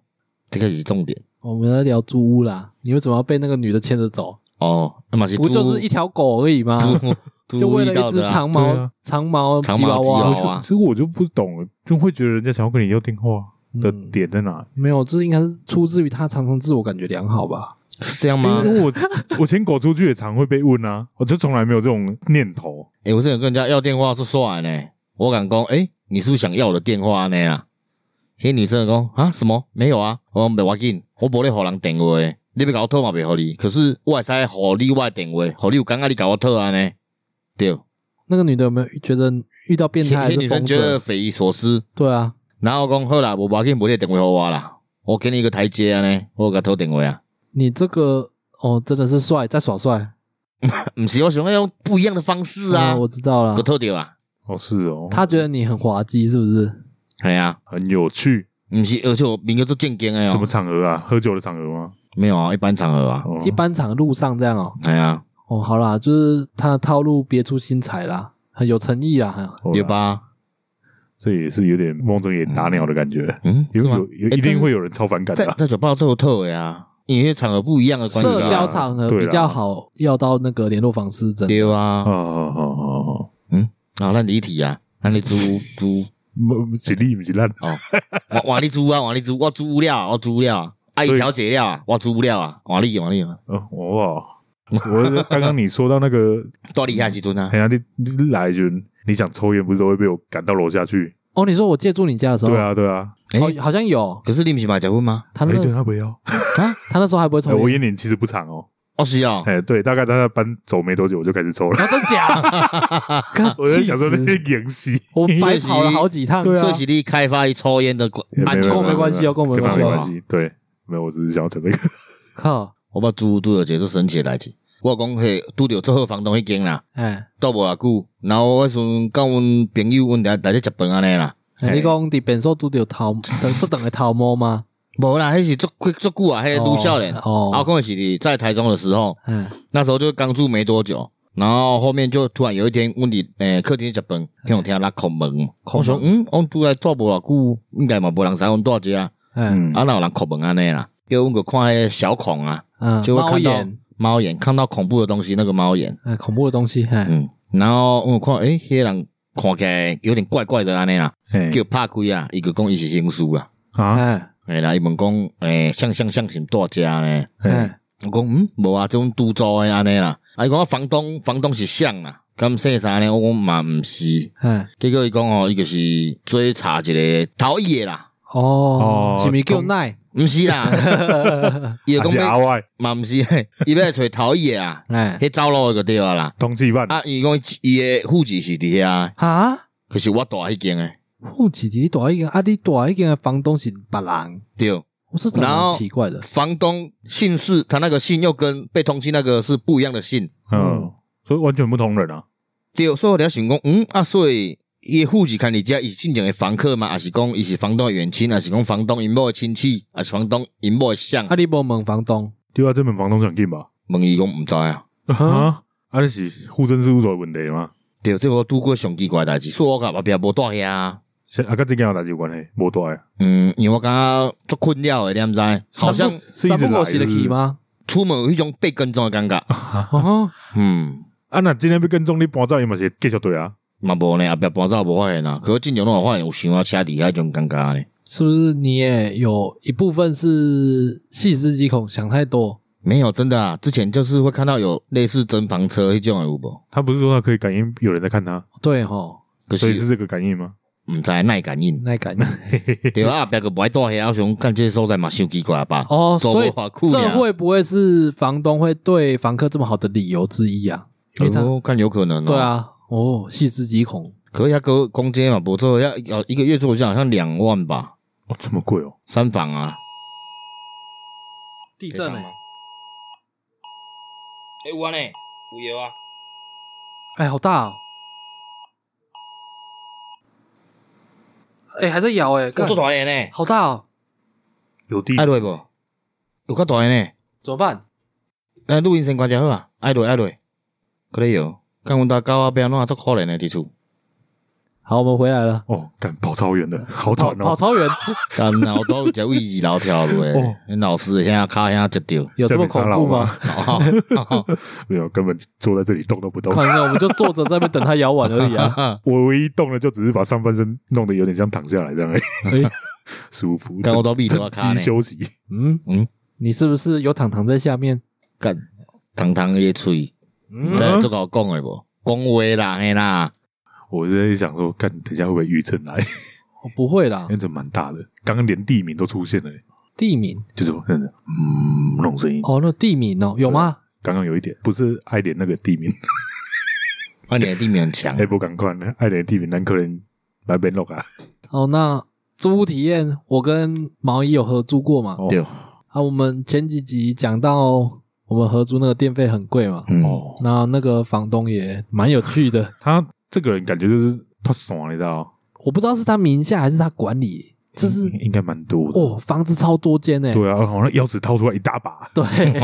Speaker 3: 这个是重点。
Speaker 1: 我们在聊租屋啦，你为什么要被那个女的牵着走？
Speaker 3: 哦，那嘛是
Speaker 1: 不就是一条狗而已吗？
Speaker 3: 一
Speaker 1: 就为了一只长毛、
Speaker 2: 对啊
Speaker 1: 长毛
Speaker 3: 长
Speaker 1: 吉娃
Speaker 3: 毛吉
Speaker 1: 娃
Speaker 3: 娃，娃
Speaker 2: 其实我就不懂了，就会觉得人家想要跟你要电话的
Speaker 1: 嗯
Speaker 2: 点在哪？
Speaker 1: 没有，这应该是出自于它常常自我感觉良好吧？
Speaker 3: 是这样
Speaker 2: 因
Speaker 3: 吗？
Speaker 2: 为我 我牵狗出去也常会被问啊，我就从来没有这种念头。
Speaker 3: 诶、我之前跟人家要电话是帅呢，我敢讲，诶、你是不是想要我的电话呢啊？迄女生就讲啊什么没有啊？我讲袂要紧，我无咧互人电话的，你要甲我讨嘛袂互你，可是我会使互你我的电话，互你有感觉你甲我讨安尼，对。
Speaker 1: 那个女的有没有觉得遇到变态还是
Speaker 3: 迄女
Speaker 1: 疯
Speaker 3: 生觉得
Speaker 1: 子？
Speaker 3: 匪夷所思，
Speaker 1: 对啊，
Speaker 3: 然后我讲好啦，无要紧，无你的电话互我啦，我给你一个台阶安尼，我有甲讨电话啊。
Speaker 1: 你这个哦，真的是帅，在耍帅
Speaker 3: 毋是，我想要用不一样的方式啊
Speaker 1: 哦，我知道了
Speaker 3: 有。讨着啊，
Speaker 2: 哦，是哦，
Speaker 1: 他觉得你很滑稽，是不是？
Speaker 3: 系啊。
Speaker 2: 很有趣。
Speaker 3: 毋是，而且我名字都正经诶哦。
Speaker 2: 什么场合啊？喝酒的场合吗？
Speaker 3: 没有啊，一般场合啊。
Speaker 2: 哦
Speaker 1: 一般场路上这样哦。
Speaker 3: 哎呀，
Speaker 1: 哦，好啦，就是他的套路别出心裁啦，很有诚意啦。
Speaker 2: 好啦
Speaker 3: 对吧？
Speaker 2: 这也是有点蒙着眼打鸟的感觉，
Speaker 3: 嗯，
Speaker 2: 有
Speaker 3: 是吗
Speaker 2: 有有
Speaker 3: 诶
Speaker 2: 一定会
Speaker 3: 但
Speaker 2: 有人超反感
Speaker 3: 是
Speaker 2: 的
Speaker 3: 在
Speaker 2: 啊。
Speaker 3: 在酒吧都有透的啊，因为场合不一样的关系
Speaker 1: 社交
Speaker 3: 啊。
Speaker 1: 场合
Speaker 2: 对啦
Speaker 1: 比较好，要到那个联络方式真的。
Speaker 3: 对
Speaker 2: 哦
Speaker 3: 啊，
Speaker 2: 哦哦哦
Speaker 3: 啊，咱离题啊，咱你租 租
Speaker 2: 哦，不是力不是烂，
Speaker 3: 哦，我我你租啊，我你租，我租了，我租了，啊，伊
Speaker 2: 所以
Speaker 3: 调解了啊，我租了啊，我你我你，
Speaker 2: 哦哇！我刚刚你说到那个，
Speaker 3: 到底下时阵啊
Speaker 2: 哎，呀，你你来就你想抽烟，不是都会被我赶到楼下去？
Speaker 1: 哦，你说我借住你家的时候，
Speaker 2: 对啊，对啊，
Speaker 3: 诶
Speaker 1: 哦，好像有。
Speaker 3: 可是你毋是嘛结婚吗？
Speaker 1: 他那
Speaker 2: 哎，
Speaker 1: 个
Speaker 2: 叫他不要。
Speaker 3: 啊，
Speaker 1: 他那时候还不会
Speaker 2: 哎
Speaker 1: 抽
Speaker 2: 我
Speaker 1: 烟，
Speaker 2: 烟龄其实不长哦，
Speaker 3: 哦是哦，
Speaker 2: 哎，对，大概在他搬走没多久，我就开始 抽了。
Speaker 1: 然哦后真 假？ 干
Speaker 2: 我在想说那，
Speaker 1: 气
Speaker 2: 些
Speaker 1: 死
Speaker 2: 演戏，
Speaker 1: 我白
Speaker 3: 白
Speaker 1: 跑
Speaker 3: 跑
Speaker 1: 了
Speaker 3: 了
Speaker 1: 好
Speaker 3: 好
Speaker 1: 几趟。
Speaker 2: 对啊
Speaker 3: 所以是你开发一抽烟的
Speaker 2: 没
Speaker 3: 按
Speaker 2: 有
Speaker 1: 跟我
Speaker 3: 钮
Speaker 1: 没关系哦跟我没
Speaker 2: 跟他
Speaker 1: 关
Speaker 2: 没
Speaker 1: 系哦
Speaker 2: 关系。对，没有，我只是想要讲这个。
Speaker 1: 靠，
Speaker 3: 我捌拄拄着一个最神奇诶代志，我讲迄拄着做好房东迄间啦，
Speaker 1: 哎，
Speaker 3: 倒无偌久，然后我迄时阵甲阮朋友阮来来咧食饭安尼啦，
Speaker 1: 哎
Speaker 2: 嘿
Speaker 1: 你讲伫便所拄着头，等不等个头毛吗？
Speaker 3: 无啦，迄是足久足久啊，迄
Speaker 1: 哦
Speaker 3: 个女少年，啊
Speaker 1: 哦
Speaker 3: 我讲的是伫在台中的时候，
Speaker 1: 哎，
Speaker 3: 那时候就刚住没多久，然后后面就突然有一天，问你，诶、客厅日本，听我听拉叩门，我说，嗯，我拄来住无偌久，应该嘛无人使阮住遮啊，
Speaker 1: 嗯
Speaker 3: 啊，哪有人叩门安尼啦？叫阮个看迄个小孔啊，
Speaker 1: 嗯，
Speaker 3: 就会
Speaker 1: 猫
Speaker 3: 看到
Speaker 1: 眼，
Speaker 3: 猫眼，看到恐怖的东西，那个猫眼，
Speaker 1: 哎，恐怖的东西，哎，
Speaker 3: 嗯，然后我看，诶、迄个人看起来有点怪怪的啊安尼啦，
Speaker 2: 嘿
Speaker 3: 叫拍开啊，伊个讲伊是刑事啊，
Speaker 2: 啊，
Speaker 1: 哎，
Speaker 3: 诶啦，伊问讲，诶、像像像是住遮呢？
Speaker 2: 嘿
Speaker 1: 哎，
Speaker 3: 我讲嗯，无啊，种拄租诶安尼啦。啊，伊讲我房东，房东是谁啦？咁说啥呢？我讲嘛毋是，
Speaker 1: 哎，
Speaker 3: 结果伊讲哦吼，伊就是追查一个逃逸诶啦，
Speaker 1: 哦
Speaker 2: 哦，
Speaker 1: 是咪叫奈？
Speaker 3: 毋是啦， 伊就
Speaker 2: 还是
Speaker 3: 讲
Speaker 2: 阿
Speaker 3: 要
Speaker 2: 外
Speaker 3: 嘛毋是，嘿伊要来找逃逸诶啊，
Speaker 1: 哎，
Speaker 3: 迄走路诶就对啊啦。
Speaker 2: 通缉犯，
Speaker 3: 啊，伊讲伊诶户籍是伫遐，
Speaker 1: 哈，
Speaker 3: 可是我住迄间诶，
Speaker 1: 户籍你住一间，啊，你住一间的房东是别人，
Speaker 3: 对。
Speaker 1: 我是真的
Speaker 3: 然后
Speaker 1: 蛮奇怪的。
Speaker 3: 房东姓氏，他那个姓又跟被通缉那个是不一样的姓，
Speaker 2: 嗯，所以完全不同人啊，
Speaker 3: 对，所以我就想讲，嗯，啊，所以伊户籍看你家，伊是进前的房客嘛，还是讲伊是房东的远亲，还是讲房东因某的亲戚，还是房东因某的相
Speaker 1: 啊，？你无问房东，
Speaker 2: 对啊，这本房东想进吧？
Speaker 3: 问伊讲毋知啊。
Speaker 2: 啊，啊，你是户政事务所的问题吗？
Speaker 3: 对，这我拄过上奇怪的代志，所以我甲后壁无带遐啊。
Speaker 2: 是啊，跟这件有代志有关系，无大呀，
Speaker 3: 嗯，因为我感觉足困扰的，你毋知？好像
Speaker 2: 是一直
Speaker 1: 三不
Speaker 2: 来
Speaker 1: 五时就去吗？
Speaker 3: 出门有迄种被跟踪的感觉。
Speaker 1: 哦，
Speaker 3: 嗯，
Speaker 2: 啊，那今天要跟踪你搬走，伊嘛是继续对啊，
Speaker 3: 嘛无呢，后壁搬走无发现啊。可是进前拢有发现有想要车伫遐迄种感觉呢。
Speaker 1: 是不是你也有一部分是细思极恐，想太多？
Speaker 3: 没有，真的啊，之前就是会看到有类似侦防车迄种的有无？
Speaker 2: 他不是说他可以感应有人在看他，
Speaker 1: 对吼，
Speaker 3: 可
Speaker 2: 所以是
Speaker 3: 是
Speaker 2: 这个感应吗？
Speaker 3: 毋知耐感应。
Speaker 1: 那感觉
Speaker 3: 对啊，别个不爱带遐，我想看这些所在嘛，伤奇怪吧？
Speaker 1: 哦，
Speaker 3: 做
Speaker 1: 所以
Speaker 3: 不好酷呀
Speaker 1: 这会不会是房东会对房客这么好的理由之一啊？因为他
Speaker 3: 哦，看有可能哦。
Speaker 1: 对，啊，哦，细思极恐，
Speaker 3: 可以啊，个空间嘛不错，要要一个月做一下，好像两万吧，
Speaker 2: 哦，这么贵哦，
Speaker 3: 三房啊。
Speaker 1: 地
Speaker 3: 地
Speaker 1: 震欸
Speaker 3: 哎，有啊呢，有啊。
Speaker 1: 哎，好大哦！哎，还在摇哎，干
Speaker 3: 做大个呢，
Speaker 1: 好大哦，
Speaker 2: 有地啊
Speaker 3: 爱瑞不？有较大个呢，
Speaker 1: 怎么办？
Speaker 3: 咱录音先关掉好啊。爱瑞爱瑞，可能有。看阮大狗啊，变怎做可怜的伫厝，
Speaker 1: 好，我们回来了，
Speaker 2: 哦，敢跑超远的，好
Speaker 1: 跑
Speaker 2: 喘
Speaker 1: 跑
Speaker 2: 哦，
Speaker 1: 超 远，
Speaker 3: 干脑都有只位置老跳落诶
Speaker 2: 哦，
Speaker 3: 恁老师遐骹遐折掉。
Speaker 1: 有这么恐怖吗？
Speaker 3: 哦
Speaker 2: 没有，根本坐在这里动都不动。
Speaker 1: 反正我们就坐着在那边等它摇完而已 啊。
Speaker 2: 我唯一动的就只是把上半身弄得有点像躺下来这样而已，
Speaker 1: 哎
Speaker 2: 舒服。
Speaker 3: 干我都比你
Speaker 2: 趁
Speaker 3: 多卡
Speaker 2: 趁
Speaker 3: 呢
Speaker 2: 机。休息，
Speaker 1: 嗯
Speaker 3: 嗯
Speaker 1: 嗯，你是不是有躺躺在下面？
Speaker 3: 干糖糖的嘴，
Speaker 1: 嗯
Speaker 3: 你知，道做搞讲的无？讲话人诶啦，
Speaker 2: 我在想说，干，等一下会不会余震来？
Speaker 1: 我哦不会啦
Speaker 2: 因，为这蛮大的，刚刚连地名都出现了，欸
Speaker 1: 地名
Speaker 2: 就是那种嗯那种声音。
Speaker 1: 哦，那地名哦，有吗？
Speaker 2: 刚刚有一点不是爱莲那个地名，
Speaker 3: 啊，你的地面很强
Speaker 2: 哎，，不赶快，爱莲的地名咱可能来边弄啊。
Speaker 1: 哦，那租屋体验，我跟毛姨有合租过嘛？
Speaker 2: 哦
Speaker 3: 对，
Speaker 1: 啊，我们前几集讲到我们合租那个电费很贵嘛，
Speaker 3: 嗯，
Speaker 2: 哦，
Speaker 1: 那那个房东也蛮有趣的，
Speaker 2: 他这个人感觉就是他爽，你知道吗？
Speaker 1: 我不知道是他名下还是他管理， 就是
Speaker 2: 应应该蛮多的。
Speaker 1: 哦，房子超多间呢，
Speaker 2: 对啊，好像钥匙掏出来一大把。
Speaker 1: 对，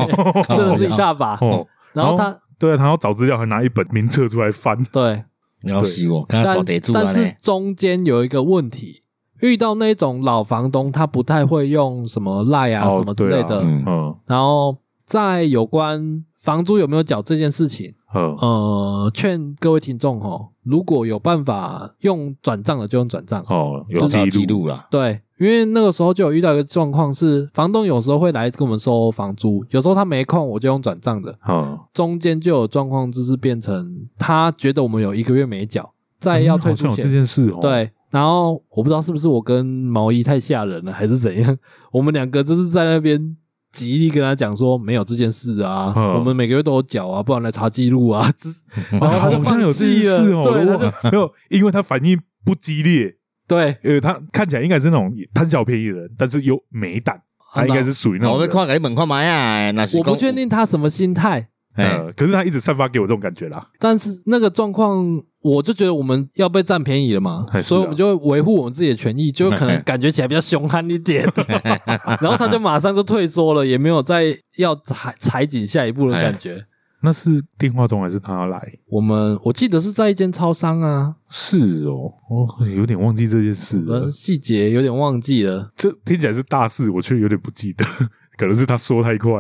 Speaker 1: 真的是一大把。
Speaker 2: 哦，
Speaker 1: 然后他
Speaker 2: 对啊，他要找资料还拿一本名册出来翻。
Speaker 1: 对，
Speaker 3: 你要死我，刚刚
Speaker 1: 但
Speaker 3: 搞得住啊
Speaker 1: 但是
Speaker 3: 呢，
Speaker 1: 中间有一个问题，遇到那种老房东，他不太会用什么赖啊
Speaker 2: 哦
Speaker 1: 什么之类
Speaker 2: 对
Speaker 1: 的
Speaker 3: 啊。嗯
Speaker 2: 嗯
Speaker 1: 然后在有关房租有没有缴这件事情，
Speaker 2: 嗯，
Speaker 1: 呃，劝各位听众哦，如果有办法用转账的就用转账，
Speaker 2: 哦，有
Speaker 3: 有
Speaker 2: 记
Speaker 3: 啥
Speaker 2: 录
Speaker 3: 记录啦？
Speaker 1: 对，因为那个时候就有遇到一个状况是，房东有时候会来跟我们收房租，有时候他没空，我就用转账的。
Speaker 2: 嗯，
Speaker 1: 中间就有状况，就是变成他觉得我们有一个月没缴，再要退
Speaker 2: 嗯好像
Speaker 1: 出
Speaker 2: 有这
Speaker 1: 钱。
Speaker 2: 件事哦。，
Speaker 1: 对，然后我不知道是不是我跟毛衣太吓人了，还是怎样，我们两个就是在那边极力跟他讲说没有这件事啊，
Speaker 2: 嗯
Speaker 1: 我们每个月都有缴啊，不然来查记录啊。这然后他就
Speaker 2: 好像有
Speaker 1: 放
Speaker 2: 这件
Speaker 1: 弃了
Speaker 2: 事哦。
Speaker 1: 对，他就
Speaker 2: 我没有，因为他反应不激烈，
Speaker 1: 对，
Speaker 2: 因为他看起来应该是那种贪小便宜的人，但是又没胆，他
Speaker 1: 啊
Speaker 2: 应该是属于那种
Speaker 3: 我被
Speaker 2: 人。
Speaker 3: 看给你问看埋啊，那是
Speaker 1: 我不
Speaker 3: 讲
Speaker 1: 确，定他什么心态，
Speaker 3: 哎，
Speaker 2: 呃，可是他一直散发给我这种感觉啦。
Speaker 1: 但是那个状况，我就觉得我们要被占便宜了嘛，
Speaker 2: 还是啊
Speaker 1: 所以我们就会维护我们自己的权 益，就可能感觉起来比较凶悍一点。
Speaker 2: 哎
Speaker 1: 然后他就马上就退缩了，也没有再要踩踩紧下一步的感觉。
Speaker 2: 那是电话中还是他来？
Speaker 1: 我们我记得是在一间超商啊，
Speaker 2: 是哦，我有点忘记这件事了
Speaker 1: 呃，。细节有点忘记了。
Speaker 2: 这听起来是大事，我却有点不记得， 可能是他说太快。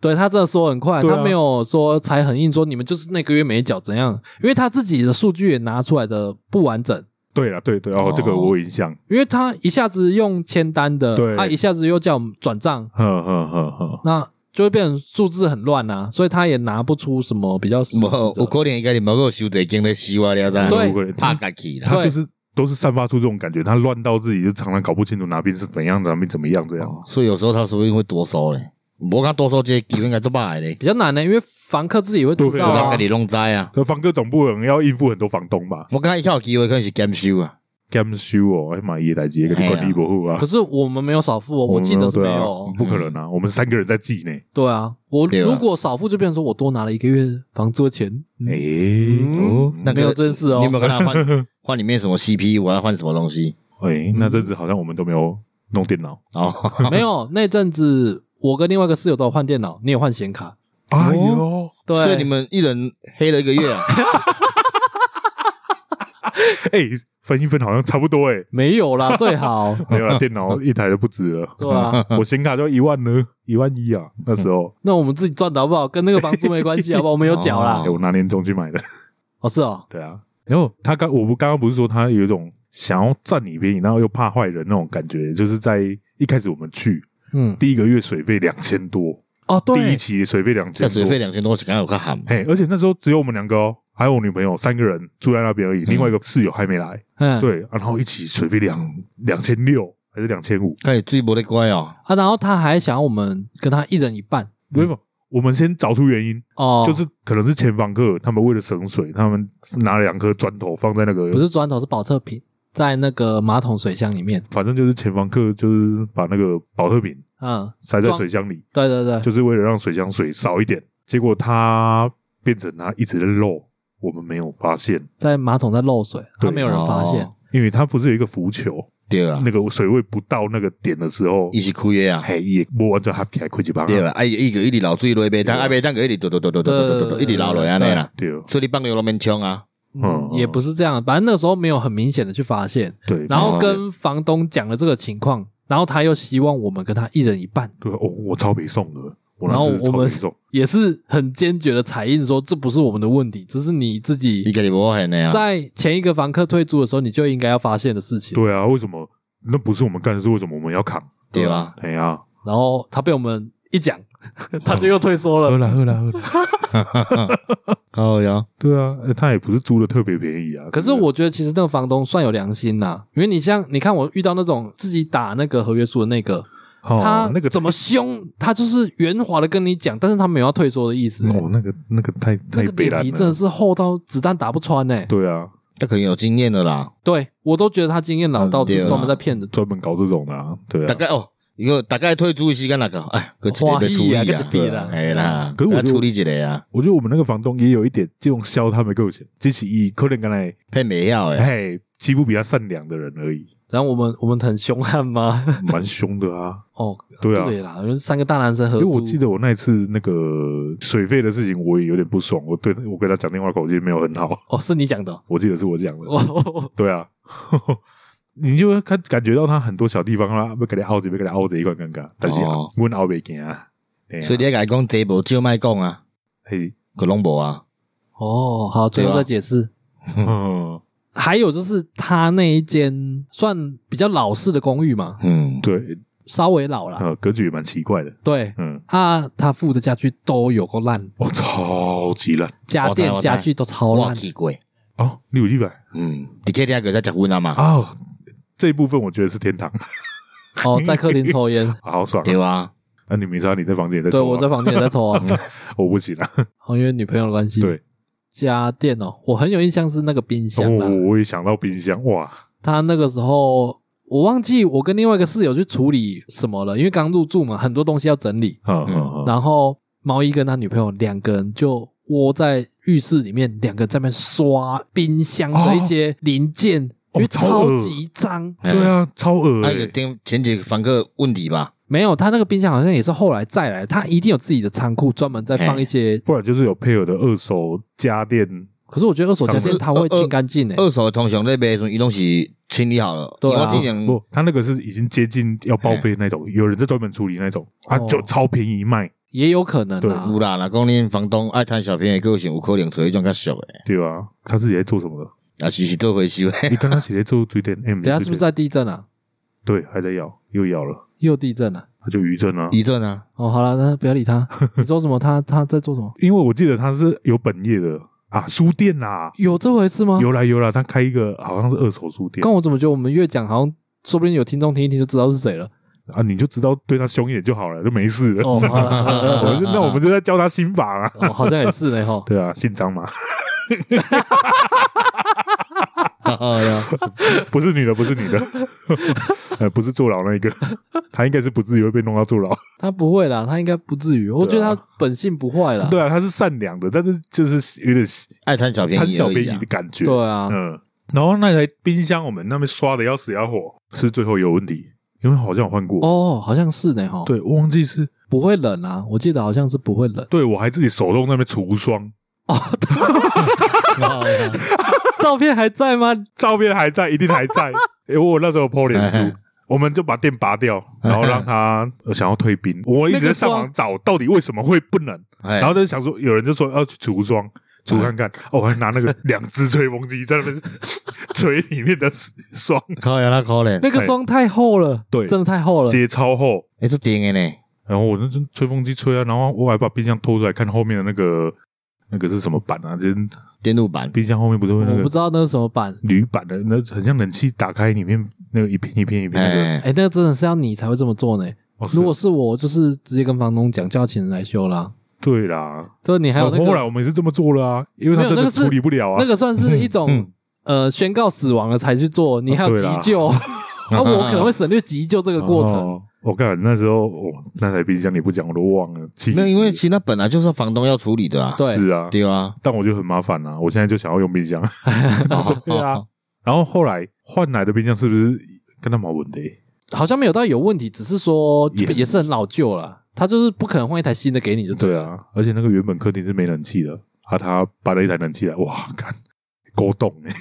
Speaker 1: 对他真的说很快，
Speaker 2: 对啊
Speaker 1: 他没有说才很硬说你们就是那个月没缴怎样，因为他自己的数据也拿出来的不完整，
Speaker 2: 对了，对对，哦
Speaker 3: 哦，
Speaker 2: 这个我有印象。
Speaker 1: 因为他一下子用签单的，
Speaker 2: 对
Speaker 1: 他一下子又叫我们转账，
Speaker 2: 呵呵呵呵，
Speaker 1: 那就会变成数字很乱啊，所以他也拿不出什么比较实质
Speaker 3: 无
Speaker 1: 的
Speaker 3: 有可能应该你某个收者经咧死我了，知
Speaker 1: 对
Speaker 3: 拍家己啦。
Speaker 2: 他
Speaker 1: 对
Speaker 2: 就是都是散发出这种感觉，他乱到自己就常常搞不清楚哪边是怎样，哪边怎么样这
Speaker 1: 哦
Speaker 2: 样。
Speaker 3: 所以有时候他说不定会多收嘞，无讲多收这个机会应该做歹嘞，
Speaker 1: 比较难呢、因为房客自己也会知
Speaker 2: 对
Speaker 1: 道
Speaker 3: 让
Speaker 1: 啊
Speaker 3: 家。己弄知啊。
Speaker 2: 那房哥总不能要应付很多房东吧
Speaker 3: 我刚一较有机会可能是检修啊，
Speaker 2: ？Game 修哦，哎妈耶，来接个
Speaker 3: 哎呀
Speaker 2: 管理不好啊
Speaker 1: 可！是我们没有少付、哦，我记得是没有
Speaker 2: 我
Speaker 1: 哦
Speaker 2: 们对啊。不可能啊！我们三个人在记呢。
Speaker 1: 对啊，我
Speaker 3: 对啊
Speaker 1: 如果少付，就变成说我多拿了一个月房租的钱。嗯
Speaker 2: 哎，
Speaker 1: 嗯
Speaker 3: 那个
Speaker 1: 没有这件事哦
Speaker 3: 你有没有跟他换换里面什么 CPU，我要换什么东西？
Speaker 2: 哎，
Speaker 1: 嗯
Speaker 2: 那阵子好像我们都没有弄电脑
Speaker 3: 哦，
Speaker 1: 没有那阵子，我跟另外一个室友都有换电脑，你也换显卡。
Speaker 2: 哎呦，
Speaker 1: 对，
Speaker 3: 所以你们一人黑了一个月啊？
Speaker 2: 哎，分一分好像差不多哎，
Speaker 1: 没有啦，最好
Speaker 2: 没有啦，电脑一台都不止了。
Speaker 1: 对啊。
Speaker 2: 我显卡就一万呢，一万一啊，那时候
Speaker 1: 那我们自己赚的好不好，跟那个房租没关系，好不好？我们有缴啦
Speaker 2: 哎。我拿年终去买 的。
Speaker 1: 哦，是哦，
Speaker 2: 对啊，然后他刚我不刚刚不是说他有一种想要占你便宜，然后又怕坏人那种感觉，就是在一开始我们去
Speaker 1: 嗯，
Speaker 2: 第一个月水费两千多，
Speaker 1: 哦，
Speaker 2: 第一
Speaker 1: 对，
Speaker 2: 期水费两千
Speaker 3: 这
Speaker 2: 多
Speaker 3: 水，费两千多，是刚有较含。
Speaker 2: 嘿，而且那时候只有我们两个哦，还有我女朋友三个人住在那边而
Speaker 3: 嗯
Speaker 2: 已，另外一个室友还没来，
Speaker 1: 嗯，
Speaker 2: 对，啊然后一起水费两两千六还是两千五，
Speaker 3: 看你最无得乖哦，
Speaker 1: 啊，然后他还想要我们跟他一人一半
Speaker 3: 嗯
Speaker 2: 没有。我们先找出原因，
Speaker 1: 哦，
Speaker 2: 就是可能是前房客他们为了省水，他们拿了两颗砖头放在那个
Speaker 1: 不是砖头是保特瓶，在那个马桶水箱里面。
Speaker 2: 反正就是前房客就是把那个保特瓶
Speaker 1: 嗯，
Speaker 2: 塞在
Speaker 1: 装
Speaker 2: 水箱里，
Speaker 1: 对对对，
Speaker 2: 就是为了让水箱水少一点。结果它变成它一直在漏，我们没有发现，
Speaker 1: 在马桶在漏水，他
Speaker 2: 对
Speaker 1: 没有人发现嗯
Speaker 3: 哦。
Speaker 2: 因为它不是有一个浮球，
Speaker 3: 对啊
Speaker 2: 那，个水位不到那个点的时候
Speaker 1: 嗯
Speaker 3: 伊，是开的啊，
Speaker 2: 嘿也摸完全合起来亏几帮
Speaker 3: 对啊，啊伊伊就一直流水落杯，但啊杯当个一直嘟嘟嘟嘟嘟嘟嘟嘟一直流落安尼啦，
Speaker 2: 对
Speaker 3: 所以你放流落面冲啊，
Speaker 1: 嗯
Speaker 2: 嗯，
Speaker 1: 也不是这样，反正那时候没有很明显的去发现，
Speaker 2: 对，
Speaker 1: 然后
Speaker 3: 哦
Speaker 1: 跟房东讲了这个情况，然后他又希望我们跟他一人一半，
Speaker 2: 对哦，我超北送的，我
Speaker 1: 然后
Speaker 2: 那时
Speaker 1: 我
Speaker 2: 超
Speaker 1: 们
Speaker 2: 北送，
Speaker 1: 也是很坚决的采印说这不是我们的问题，这是你自
Speaker 3: 伊
Speaker 1: 己
Speaker 3: 家己无发现的啊，
Speaker 1: 在前一个房客退租的时候你就应该要发现的事情。
Speaker 2: 对啊，为什么那不是我们干的事？为什么我们要扛？
Speaker 3: 对啊，
Speaker 2: 哎呀，
Speaker 1: 然后他被我们一讲， 他就又退缩
Speaker 2: 喝
Speaker 1: 了。
Speaker 2: 啦喝啦喝啦，
Speaker 3: 哦哟，
Speaker 2: 对啊，呃他也不是租的特别便宜啊。
Speaker 1: 可是
Speaker 2: 对不对
Speaker 1: 我觉得其实那个房东算有良心呐、因为你像你看我遇到那种自己打那个合约书的那个，他
Speaker 2: 哦那个
Speaker 1: 怎么凶，他就是圆滑的跟你讲，但是他没有要退缩的意思、
Speaker 2: 哦，那个那个太
Speaker 1: 那
Speaker 2: 太
Speaker 1: 个
Speaker 2: 悲
Speaker 1: 脸
Speaker 2: 惨
Speaker 1: 皮真的
Speaker 2: 了。
Speaker 1: 是厚到子弹打不穿呢、
Speaker 2: 对啊，
Speaker 3: 他可能有经验的啦，
Speaker 1: 对我都觉得他经验老到
Speaker 3: 嗯对
Speaker 1: 是
Speaker 3: 啊
Speaker 1: 专门在骗人。
Speaker 2: 专门搞这种的啊，对
Speaker 3: 大
Speaker 2: 啊。
Speaker 3: 概哦。如果大概退租的时间那个，哎，个处理
Speaker 1: 花艺啊还
Speaker 3: 啊
Speaker 1: 是别啦，
Speaker 3: 哎啦，
Speaker 2: 可是我觉得
Speaker 3: 处理一个啊，
Speaker 2: 我觉得我们那个房东也有一点这种消他没够钱，只是以可能刚才
Speaker 3: 骗袂晓诶，
Speaker 2: 哎欺负比他善良的人而 已，
Speaker 1: 然后我们我们很凶悍吗？
Speaker 2: 蛮凶的啊。
Speaker 1: 哦，
Speaker 2: 对啊，
Speaker 1: 啦，因为三个大男生合
Speaker 2: 因
Speaker 1: 租，
Speaker 2: 为我记得我那一次那个水费的事情，我也有点不爽，我对我跟他讲电话口气没有很好，
Speaker 1: 哦是你讲的哦，
Speaker 2: 我记得是我讲的。
Speaker 1: 哦
Speaker 2: 对啊， 你就会看感觉到他很多小地方啦，要给你凹着，要给你凹着一块尴尬，但是
Speaker 3: 哦
Speaker 2: 我凹袂行啊。哎呀
Speaker 3: 所以你甲伊讲这无少卖讲啊，
Speaker 2: 嘿，
Speaker 3: 佮拢无啊，
Speaker 1: 哦，好，最后
Speaker 3: 对啊
Speaker 1: 再解释。
Speaker 2: 嗯，
Speaker 1: 还有就是他那一间算比较老式的公寓嘛，
Speaker 3: 嗯，
Speaker 2: 对，
Speaker 1: 稍微老啦。
Speaker 2: 呃，格局也蛮奇怪的，
Speaker 1: 对
Speaker 2: 嗯，
Speaker 1: 啊，他付的家具都有够烂，
Speaker 2: 哦，超级烂
Speaker 1: 家电
Speaker 3: 我知
Speaker 1: 家具都超
Speaker 3: 我
Speaker 1: 烂。
Speaker 3: 去过，
Speaker 2: 哦，六一百
Speaker 3: 嗯，伫客厅个在结婚啊嘛，
Speaker 2: 啊，哦这一部分我觉得是天堂，，
Speaker 1: 哦，在客厅抽烟
Speaker 2: 好爽啊！
Speaker 3: 对啊，
Speaker 2: 那你明莎你在房间也在
Speaker 1: 对
Speaker 2: 抽
Speaker 1: 我
Speaker 2: 啊，
Speaker 1: 在房间也在抽啊，
Speaker 2: 我不行啊，
Speaker 1: 哦，因为女朋友的关系。
Speaker 2: 对，
Speaker 1: 家电哦，我很有印象是那个冰箱啊啦
Speaker 2: 我，哦我也想到冰箱，哇，
Speaker 1: 他那个时候。我忘记我跟另外一个室友去处理什么了，因为刚入住嘛，很多东西要整理。
Speaker 2: 嗯嗯
Speaker 3: 嗯
Speaker 2: 嗯，
Speaker 1: 然后毛衣跟他女朋友两个人就窝在浴室里面，两个人在那边刷冰箱的一些零件，
Speaker 2: 哦
Speaker 1: 因为
Speaker 2: 超
Speaker 1: 超
Speaker 2: 恶
Speaker 1: 级脏。
Speaker 2: 对啊，超恶
Speaker 3: 哎，啊，有
Speaker 2: 欸，
Speaker 3: 顶前几个房客问题吧，
Speaker 1: 没有，他那个冰箱好像也是后来再来，他一定有自己的仓库，专门在放一些。
Speaker 2: 不然就是有配合的二手家电，
Speaker 1: 可是我觉得二手家
Speaker 3: 上
Speaker 1: 电
Speaker 3: 次
Speaker 1: 他会
Speaker 3: 二
Speaker 1: 清干净诶，欸
Speaker 2: 呃
Speaker 3: 二手的通常那边时候，伊拢是清理好了，
Speaker 1: 对啊
Speaker 3: 因为我之前
Speaker 2: 不，他那个是已经接近要报废那种，有人在专门处理那种，啊，
Speaker 1: 哦
Speaker 2: 就超便宜卖，
Speaker 1: 也有可能啊。
Speaker 2: 对
Speaker 3: 有啦，若讲恁房东爱贪小便宜的个性，有可能找迄种较俗诶，
Speaker 2: 对啊，他自己在做什么的？
Speaker 3: 也是是做回收 诶。
Speaker 2: 你刚刚写在做水电，哎，
Speaker 1: 等一下是不是
Speaker 2: 水
Speaker 1: 在地震啊？
Speaker 2: 电？对，还在要，又要了，
Speaker 1: 又地震了。
Speaker 2: 他就余震啊。
Speaker 3: 余震 啊，
Speaker 1: 哦，好了，那不要理 他。你说什么？他他在做什么？
Speaker 2: 因为我记得他是有本业的啊，书店啦，
Speaker 1: 有这回事吗？
Speaker 2: 有啦有啦，他开一个好像是二手书店
Speaker 1: 但我怎么觉得我们越讲好像，说不定有听众听一听就知道是谁了。
Speaker 2: 啊，你就知道对他凶一点就好了，就没事了。
Speaker 1: 哦， 好啦好啦
Speaker 2: 我们就那我们就在教他心法啊。
Speaker 1: 哦，好像也是呢 哈。
Speaker 2: 对啊，姓张嘛，
Speaker 3: 哎呀
Speaker 2: 不是你的，不是你的，呃，不是坐牢那一个，他应该是不至于会被弄到坐牢。
Speaker 1: 他不会啦，他应该不至于。我觉得他本性不坏啦。
Speaker 2: 啊对啊，他是善良的，但是就是有点
Speaker 3: 爱贪小便宜而
Speaker 2: 贪
Speaker 3: 已啊，
Speaker 2: 小便宜的感觉。
Speaker 1: 对啊，
Speaker 2: 嗯，然后那台冰箱我们那边刷的要死要活，是最后有问题，因为好像有换过。
Speaker 1: 哦，好像是呢哈。，
Speaker 2: 对，我忘记是
Speaker 1: 不会冷啊，我记得好像是不会冷。哦
Speaker 2: 对我还自己手动那边除霜，
Speaker 3: 哎呀。
Speaker 1: 照片还在吗？
Speaker 2: 照片还在，一定还在。因为我那时候有 PO 脸
Speaker 3: 哎
Speaker 2: 书
Speaker 3: 哎，
Speaker 2: 我们就把电拔掉，然后让它呃想要退冰。我一直在上
Speaker 1: 那
Speaker 2: 网
Speaker 1: 个
Speaker 2: 找到底为什么会不能，
Speaker 3: 哎
Speaker 2: 然后就想说有人就说呃要去除霜。除看看，哦，我还拿那个两只吹风机在那边 吹里面的霜，
Speaker 3: 可怜啦，可怜，
Speaker 1: 那个霜太厚了，
Speaker 2: 对
Speaker 1: 真的太厚了。
Speaker 2: 接超厚，
Speaker 3: 哎，这顶的呢，
Speaker 2: 然后我那阵吹风机吹啊，然后我还把冰箱拖出来看后面的那个那个是什么板啊？就是
Speaker 3: 电路板，
Speaker 2: 冰箱后面不是会那
Speaker 1: 我不
Speaker 2: 个
Speaker 1: 知道那是什么版，
Speaker 2: 铝板的，那很像冷气打开里面那个一片一片一片那个。
Speaker 1: 哎，
Speaker 3: 哎，
Speaker 1: 那个真的是要你才会这么做呢。
Speaker 2: 哦是
Speaker 1: 如果是我，我就是直接跟房东讲，叫请人来修啦。
Speaker 2: 对啦，哦
Speaker 1: 这你还有那
Speaker 2: 后来
Speaker 1: 个
Speaker 2: 我们也是这么做了啊，因为
Speaker 1: 没
Speaker 2: 他
Speaker 1: 有那
Speaker 2: 真
Speaker 1: 个
Speaker 2: 的
Speaker 1: 是
Speaker 2: 处理不了啊。
Speaker 1: 那个算是一种
Speaker 3: 嗯
Speaker 1: 呃宣告死亡了才去做，你还有
Speaker 2: 哦
Speaker 1: 急
Speaker 2: 对啦
Speaker 1: 救，而我可能会省略急救这个过程。
Speaker 2: 哦我看那时候我那台冰箱你不讲我都忘了，气死
Speaker 3: 没有，因为其实那本来就是房东要处理的啊，
Speaker 1: 对
Speaker 2: 是啊，
Speaker 3: 对啊，
Speaker 2: 但我觉得很麻烦啊，我现在就想要用冰 箱。对啊，然后后来换来的冰箱是不是跟他蛮稳的？
Speaker 1: 好像没有到有问题，只是说
Speaker 2: 也
Speaker 1: 也是很老旧了，他就是不可能换一台新的给你就
Speaker 2: 对
Speaker 1: 了。
Speaker 2: 啊，而且那个原本客厅是没冷气的，啊，他搬了一台冷气来，哇，干，勾动哎、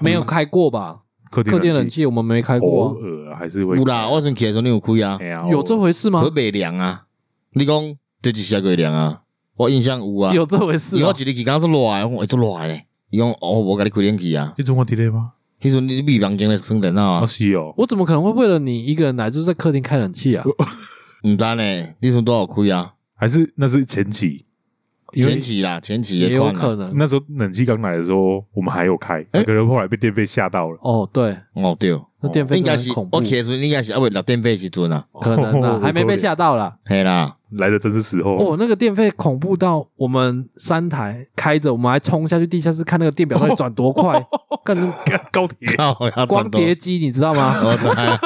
Speaker 1: 没有开过 吧？
Speaker 2: 客厅
Speaker 1: 客厅冷
Speaker 2: 啊冷
Speaker 1: 气我们没开过
Speaker 2: 偶
Speaker 1: 啊，
Speaker 2: 尔还是会
Speaker 3: 有啦，我阵起来的时候你有开啊
Speaker 2: 哎，呀
Speaker 1: 有这回事吗
Speaker 3: 可？袂凉啊，你讲这几下可以凉啊，我印象有啊，
Speaker 1: 有这回事
Speaker 3: 因为
Speaker 1: 啊
Speaker 3: 我？一日去刚说热的，我讲会做热的呢，伊讲哦，我甲你开冷气啊，
Speaker 2: 你中我体内吗？
Speaker 3: 迄阵你咪房间咧算电脑
Speaker 2: 啊
Speaker 3: 啊，
Speaker 2: 是哦，
Speaker 1: 我怎么可能会为了你一个人来，就是在客厅开冷气啊？
Speaker 3: 毋知呢，你阵多少开啊？
Speaker 2: 还是那是前期，因为
Speaker 3: 前期啦，前期
Speaker 1: 也
Speaker 3: 的
Speaker 1: 有
Speaker 3: 款啊
Speaker 1: 可
Speaker 3: 啦，
Speaker 1: 能
Speaker 2: 那时候冷气刚来的时候，我们还有开，
Speaker 3: 哎
Speaker 2: 可能后来被电费吓到了。
Speaker 1: 哦，对，
Speaker 3: 哦对，
Speaker 1: 那电费
Speaker 3: 应
Speaker 1: 真
Speaker 3: 该
Speaker 1: 的
Speaker 3: 是
Speaker 1: 很恐怖
Speaker 3: 我，起来的时阵应该是啊，未六点八时阵啊，
Speaker 1: 可能啊，还没被吓到啦。
Speaker 3: 嘿啦，
Speaker 2: 来的真是时候。
Speaker 1: 哦，那个电费恐怖到我们三台开着，我们还冲下去地下室看那个电表到底转多快，干
Speaker 2: 高 铁
Speaker 3: 靠要
Speaker 1: 光
Speaker 3: 转多
Speaker 1: 碟机你知道 吗？
Speaker 3: 我知，哦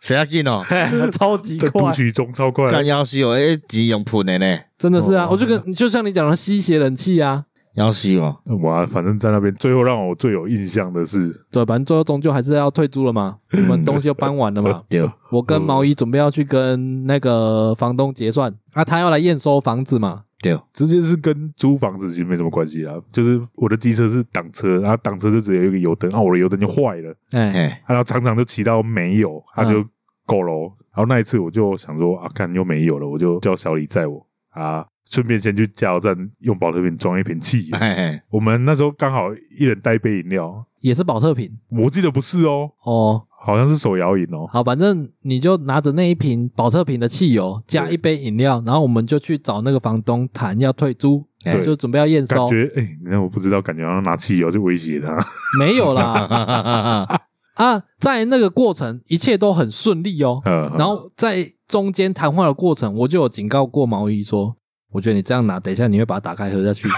Speaker 3: 谁要紧哦？
Speaker 1: 嘿 超级
Speaker 2: 在
Speaker 1: 快
Speaker 2: 读，取中超快，
Speaker 3: 干要死哦，诶，钱用喷的呢，
Speaker 1: 真的是啊！
Speaker 2: 哦
Speaker 1: 我就跟就像你讲的吸血冷气啊，
Speaker 3: 要死哦！。
Speaker 2: 哇，反正在那边最后让我最有印象的是，
Speaker 1: 对，反正最后终究还是要退租了嘛，我们东西都搬完了嘛
Speaker 3: 对，
Speaker 1: 我跟毛衣准备要去跟那个房东结算啊，他要来验收房子嘛。
Speaker 3: 对，
Speaker 2: 直接是跟租房子其实没什么关系啦。就是我的机车是挡车，然后挡车就只有一个油灯，然后啊我的油灯就坏了，
Speaker 1: 哎，
Speaker 3: 嘿，
Speaker 2: 然后常常就骑到没有，他
Speaker 3: 嗯
Speaker 2: 就够了哦。然后那一次我就想说啊，看又没有了，我就叫小李载我啊，顺便先去加油站用保特瓶装一瓶汽 油。
Speaker 3: 嘿 嘿，
Speaker 2: 我们那时候刚好一人带一杯饮料，
Speaker 1: 也是保特瓶
Speaker 2: 我记得不是哦，
Speaker 1: 哦。
Speaker 2: 好像是手摇饮哦。
Speaker 1: 好，反正你就拿着那一瓶保特瓶的汽油加
Speaker 2: 对
Speaker 1: 一杯饮料，然后我们就去找那个房东谈要退租，
Speaker 3: 对
Speaker 1: 就准备要验
Speaker 2: 感
Speaker 3: 哦
Speaker 1: 收。
Speaker 2: 觉哎，你、那我不知道，感觉好像拿汽油去威胁 他。
Speaker 1: 没有啦
Speaker 3: 哈哈哈哈
Speaker 1: 啊，在那个过程一切都很顺利哦。
Speaker 2: 嗯，
Speaker 1: 然后在中间谈话的过程，我就有警告过毛衣说，我觉得你这样拿，等一下你会把它打开喝下 去。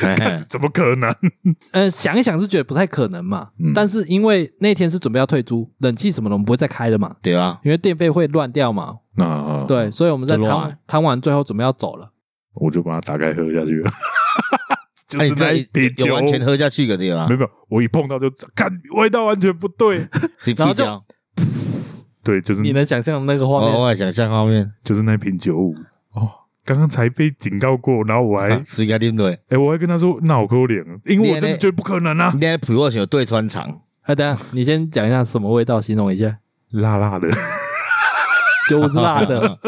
Speaker 3: 嘿嘿，
Speaker 2: 怎么可 能？
Speaker 1: 嗯，想一想是觉得不太可能嘛，
Speaker 2: 嗯
Speaker 1: 但是因为那天是准备要退租，冷气什么的我们不会再开了嘛，
Speaker 3: 对啊，
Speaker 1: 因为电费会乱掉嘛，
Speaker 2: 那、 啊
Speaker 1: 对，所以我们在
Speaker 3: 就乱
Speaker 1: 谈谈完最后准备要走了，
Speaker 2: 我就把它打开喝下去了， 就
Speaker 3: 哎那
Speaker 2: 是
Speaker 3: 你
Speaker 2: 那
Speaker 3: 这
Speaker 2: 一瓶
Speaker 3: 有
Speaker 2: 酒，
Speaker 3: 完全喝下去个对吧啊
Speaker 2: 没有？没有，我一碰到就看味道完全不对，
Speaker 3: 是
Speaker 1: 然后
Speaker 3: 屁
Speaker 1: 就
Speaker 3: 胶，
Speaker 2: 对，就是
Speaker 1: 你能想象那个画
Speaker 3: 哦我
Speaker 2: 哦
Speaker 1: 面？
Speaker 3: 我也想象画面，
Speaker 2: 就是那瓶九五哦，刚刚才被警告过，然后我还哎、
Speaker 3: 啊谁家啉落？
Speaker 2: 我还跟他说那我可脸，因为我真的觉得不可能啊
Speaker 1: 嗯
Speaker 3: 你，那陪我想对穿肠，
Speaker 1: 哎，等一下你先讲一下什么味道，形容一 下。
Speaker 2: 辣辣的
Speaker 1: 酒是辣 的，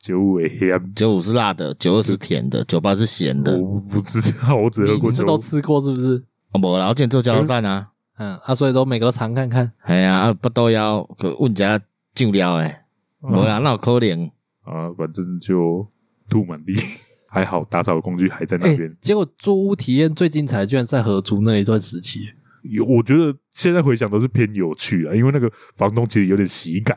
Speaker 2: 九五哎黑暗，
Speaker 3: 九五是辣的，九二是甜的，九八是咸的。
Speaker 1: 哦
Speaker 2: 我不知道，我只喝
Speaker 1: 你
Speaker 2: 过
Speaker 1: 是
Speaker 2: 九
Speaker 1: 都
Speaker 2: 五，
Speaker 1: 吃过是不是？
Speaker 3: 啊，无啦，我之前做加油站啊，
Speaker 1: 嗯啊，所以都每个都尝看看。
Speaker 3: 哎呀，啊，不都要问一下酱料诶，
Speaker 1: 哦
Speaker 3: 无啦，那有可能
Speaker 2: 啊，反正就吐满 地，还好打扫的工具还在那
Speaker 1: 哎
Speaker 2: 边。，
Speaker 1: 结果租屋体验最精彩，居然在合租那一段时期。
Speaker 2: 有，我觉得现在回想都是偏有趣的，因为那个房东其实有点 喜感，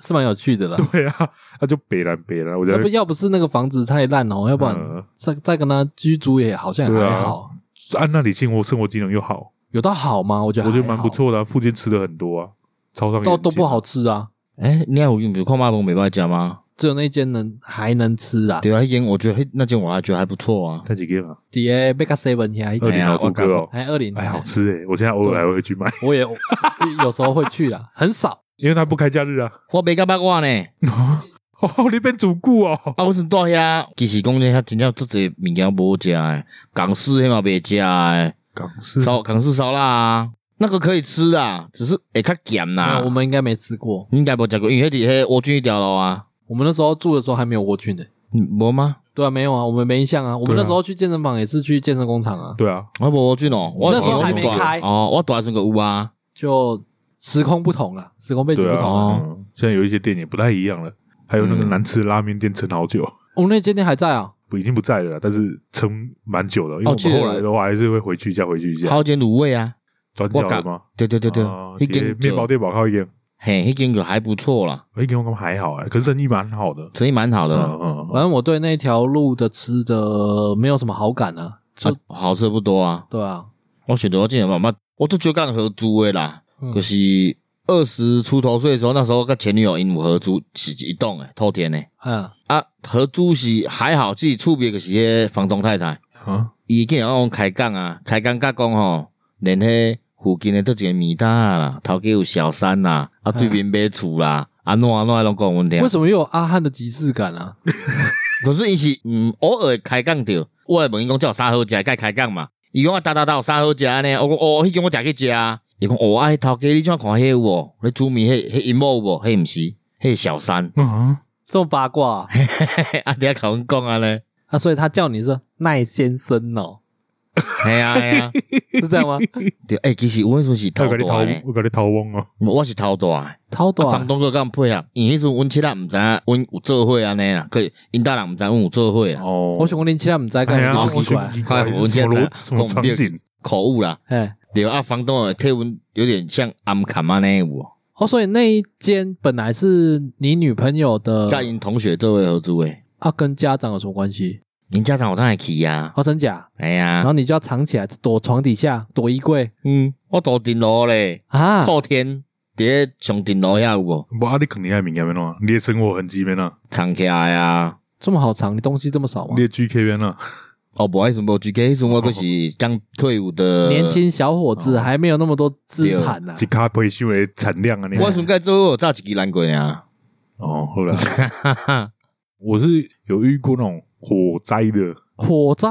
Speaker 1: 是蛮有趣的啦。
Speaker 2: 对啊，他就北蓝北蓝，我觉
Speaker 1: 要
Speaker 2: 得
Speaker 1: 不要不是那个房子太烂哦，要不然
Speaker 2: 嗯啊
Speaker 1: 再再跟他居住也好像也还好，
Speaker 2: 按那里生活生活技能又好，
Speaker 1: 有到哎好吗？我觉得
Speaker 2: 我
Speaker 1: 我
Speaker 2: 觉得蛮不，错的、啊，附近吃的很多啊，超商也
Speaker 1: 都
Speaker 2: 很
Speaker 1: 都不
Speaker 2: 近
Speaker 1: 好吃啊，
Speaker 3: 诶，你还有有看马龙没办法食吗？
Speaker 1: 只有那间能还能吃啊。
Speaker 3: 对啊，迄间我觉得迄那间我还觉得还不错啊。
Speaker 2: 才几个啊，
Speaker 1: 底下贝卡 seven 还
Speaker 2: 二零
Speaker 3: 呀
Speaker 2: 好猪哥哦，
Speaker 1: 还二零，
Speaker 2: 哎，好吃哎、我现在偶
Speaker 3: 啊
Speaker 2: 尔还会去买，
Speaker 1: 我也 有时候会去啦，很少。
Speaker 2: 因为他不开假日啊。
Speaker 3: 我没甲八卦呢，
Speaker 2: 哦，你变主顾哦，
Speaker 3: 啊，我是住遐，其实讲真，遐真正足侪物件无食诶，港式迄嘛袂食诶，
Speaker 2: 港
Speaker 1: 嗯
Speaker 2: 式
Speaker 3: 烧港式烧腊啊，那个可以吃啊，只是会较咸啦
Speaker 2: 啊
Speaker 1: 那我。们应该没吃过，
Speaker 3: 应该无食过，因为迄伫迄蜗居一条路啊，
Speaker 1: 我们那时候住的时候还没有蜗居呢。
Speaker 3: 嗯无吗？
Speaker 1: 对啊，没有啊，我们没印象啊。我们
Speaker 2: 对啊
Speaker 1: 那时候去健身房也是去健身工厂啊，
Speaker 2: 对啊，
Speaker 3: 我无蜗居哦，我
Speaker 1: 那时候还
Speaker 3: 我
Speaker 1: 没
Speaker 3: 大
Speaker 1: 开
Speaker 3: 哦，我大的时阵有啊。
Speaker 1: 就时空不同了，时空背景
Speaker 2: 对
Speaker 1: 不
Speaker 2: 啊、
Speaker 1: 同。
Speaker 3: 哦
Speaker 2: 嗯现在有一些店也不太一样了，还有那个
Speaker 3: 嗯
Speaker 2: 难吃的拉面店撑好久，
Speaker 1: 我们那间店还在啊，
Speaker 2: 不已经不在了啦，但是撑蛮久的，因为
Speaker 3: 哦记
Speaker 2: 我们
Speaker 3: 得
Speaker 2: 后来的话还是会回去一下，回去一下
Speaker 3: 还。有一间卤味啊，
Speaker 2: 转
Speaker 3: 我
Speaker 2: 角的吗？
Speaker 3: 对对对对，
Speaker 2: 哦直
Speaker 3: 迄
Speaker 2: 接
Speaker 3: 间就
Speaker 2: 面包店保靠一间，
Speaker 3: 嘿，迄间就还不错啦，
Speaker 2: 一间我感觉还好哎、可是生意蛮好的。
Speaker 3: 生意蛮好的，
Speaker 2: 嗯
Speaker 1: 哦
Speaker 3: 啊
Speaker 2: 嗯，嗯
Speaker 1: 反正我对那条路的吃的没有什么好感啊，就、
Speaker 3: 好吃不多啊。
Speaker 1: 对啊，
Speaker 3: 我选择我之前慢慢，我都就干合租的啦，
Speaker 1: 嗯
Speaker 3: 可是二十出头岁的时候，那时候跟前女友因有合租是一栋诶，透天诶。
Speaker 1: 嗯，
Speaker 3: 啊，合租是还好，自己厝边就是迄房东太太，
Speaker 2: 啊，
Speaker 3: 伊竟然讲开讲啊，开讲甲讲吼，连迄附近的倒一个面摊啊啦，头家有小三啦，啊对面买厝啦，啊怎啊怎啊拢讲阮听
Speaker 1: 为。什么又有阿汉的即视感啊？
Speaker 3: 可是伊是嗯偶尔会开讲着，我会问伊讲，这有啥好食，甲伊开讲嘛。伊讲啊，哒哒哒有啥好食呢？我讲哦，迄间我食去食啊。伊讲哦，啊，迄头家你怎啊看迄有无？咧煮面迄迄因某有无？迄毋是，迄是小三。
Speaker 2: 啊，
Speaker 1: 这么八卦啊，
Speaker 3: 啊，你遐甲阮讲啊咧，
Speaker 1: 啊所以他叫你说赖先生哦，
Speaker 3: 系啊系啊，
Speaker 1: 是这样 吗？
Speaker 3: 对，诶，其实我迄阵是
Speaker 2: 我
Speaker 3: 头
Speaker 2: 给你
Speaker 3: 大
Speaker 2: 掏
Speaker 3: 咧，，
Speaker 2: 我给你掏翁哦。
Speaker 3: 我是头大的。
Speaker 1: 超
Speaker 3: 啊
Speaker 1: 短
Speaker 3: 房，东佫甲阮配合，因为迄时阵阮七仔毋知影阮有做伙安尼啦，佮因搭人毋知阮有做伙啦，
Speaker 2: 哦
Speaker 1: 我想问林七他们在
Speaker 2: 哎
Speaker 1: 干
Speaker 2: 呀，
Speaker 1: 嘛？
Speaker 2: 我
Speaker 1: 奇怪，
Speaker 2: 奇
Speaker 3: 快
Speaker 2: 怪，
Speaker 3: 互阮
Speaker 2: 什
Speaker 3: 现
Speaker 2: 么
Speaker 3: 在
Speaker 2: 逻什么场景？
Speaker 3: 口误啦，
Speaker 1: 哎，
Speaker 3: 对啊，房东会替阮有点像暗砍安尼有无？
Speaker 1: 哦，所以那一间本来是你女朋友的，
Speaker 3: 甲因同学做伙合租诶，
Speaker 1: 啊，跟家长有什么关系？
Speaker 3: 因家长有当会去啊，
Speaker 1: 哦，真假？
Speaker 3: 哎
Speaker 1: 然
Speaker 3: 呀
Speaker 1: 后，你就要藏起来，躲床底下，躲衣柜
Speaker 3: 嗯，我住顶楼咧，
Speaker 1: 啊，
Speaker 3: 透天伫咧上顶楼遐有无？
Speaker 2: 我啊，你肯定爱明白喏，你的生活痕迹边啊，
Speaker 3: 藏起来啊，
Speaker 1: 这么好藏，你东西这么少吗
Speaker 2: 你？的 GK 边啊，
Speaker 3: 哦，无迄时阵无 G K，迄时阵我可是刚退伍的
Speaker 1: 年，轻小伙
Speaker 3: 哦
Speaker 1: 子还没有那么多资产啊呢
Speaker 2: 一，卡培训的产量啊，你
Speaker 3: 我迄时阵甲伊做伙有早一支兰桂啊，
Speaker 2: 哦，后来
Speaker 3: 哈哈，
Speaker 2: 我是有遇过那种火灾的，
Speaker 1: 火灾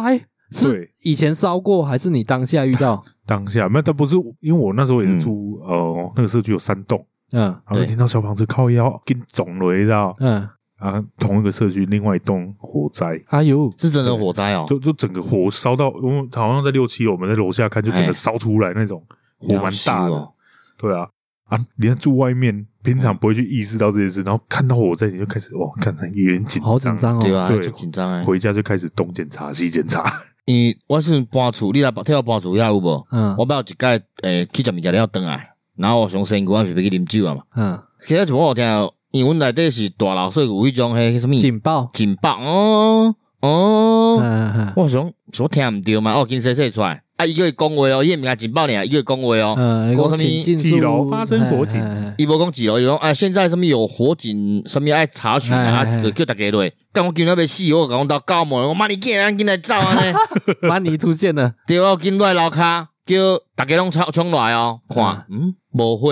Speaker 1: 是
Speaker 2: 对
Speaker 1: 以前烧过，还是你当下遇 到？
Speaker 2: 当下没有，但不是因为我那时候也是住呃那个社区有三栋，
Speaker 1: 嗯
Speaker 2: 然后就
Speaker 3: 对
Speaker 2: 听到消防车靠腰跟总雷的啊，
Speaker 1: 嗯，
Speaker 2: 啊同一个社区另外一栋火灾，
Speaker 1: 哎呦，
Speaker 3: 是真的火灾哦，
Speaker 2: 就就整个火烧到，我们好像在六七，我们在楼下看，就整
Speaker 3: 哎
Speaker 2: 个烧出来那种，火蛮大
Speaker 3: 要死
Speaker 2: 的
Speaker 3: 哦。，
Speaker 2: 对啊，啊，你在住外面，平常不会去意识到这件事，然后看到火灾，你就开始哇，看有点紧张，
Speaker 1: 好紧。张
Speaker 3: 对
Speaker 1: 哦。
Speaker 3: 啊，
Speaker 2: 对
Speaker 3: 就紧张诶。
Speaker 2: 回家就开始东检查西检查，
Speaker 3: 因为我是搬厝，你来替我搬厝遐有无？
Speaker 1: 嗯
Speaker 3: 我捌有一届诶、去食物件了倒来，然后我上身躯，我是要去啉酒啊嘛。
Speaker 1: 嗯，
Speaker 3: 其实就我有听到，因为阮内底是大楼，所以有迄种迄什物
Speaker 1: 警报。
Speaker 3: 警报哦哦，
Speaker 1: 嗯嗯
Speaker 3: 我想想听毋对嘛，我哦紧细细出来，啊伊个讲话哦，伊毋是警报尔，伊个讲话哦，
Speaker 1: 嗯，有
Speaker 3: 说什么
Speaker 1: 请进
Speaker 2: 几
Speaker 1: 入
Speaker 2: 楼哦发生火警
Speaker 1: 哎哎哎
Speaker 3: 伊无讲几楼，伊讲啊现在什么有火警，什么爱查询啊，
Speaker 1: 哎哎哎
Speaker 3: 啊就叫大家落。干我今仔要死，我讲到九门，我妈你紧咱紧来走啊安尼。
Speaker 1: 哎班尼出现了，
Speaker 3: 嗯对，我紧落来楼骹，叫大家拢冲冲来哦，看，嗯，无火，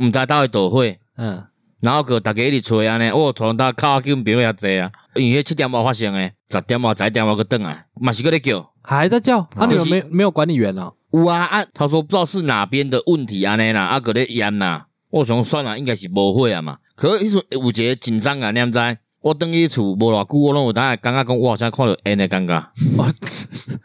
Speaker 3: 毋知倒会倒火，
Speaker 1: 嗯，
Speaker 3: 然后个逐家一直啊找安尼，我从哦搭靠叫阮朋友遐济啊，因为迄七点外发生诶，十点外、十一点外个转来，嘛是搁咧叫。
Speaker 1: 还在叫啊？
Speaker 3: 啊
Speaker 1: 你们
Speaker 3: 就是
Speaker 1: 没没有管理员哦？
Speaker 3: 有啊啊，他说不知道是哪边的问题安尼啦，啊个咧淹啦，我想算啦，应该是无火啊嘛。可迄阵有一个紧张啊，你毋知？我等去厝无偌久，我拢有当感觉讲，我好像看着烟的感觉，
Speaker 1: 哦，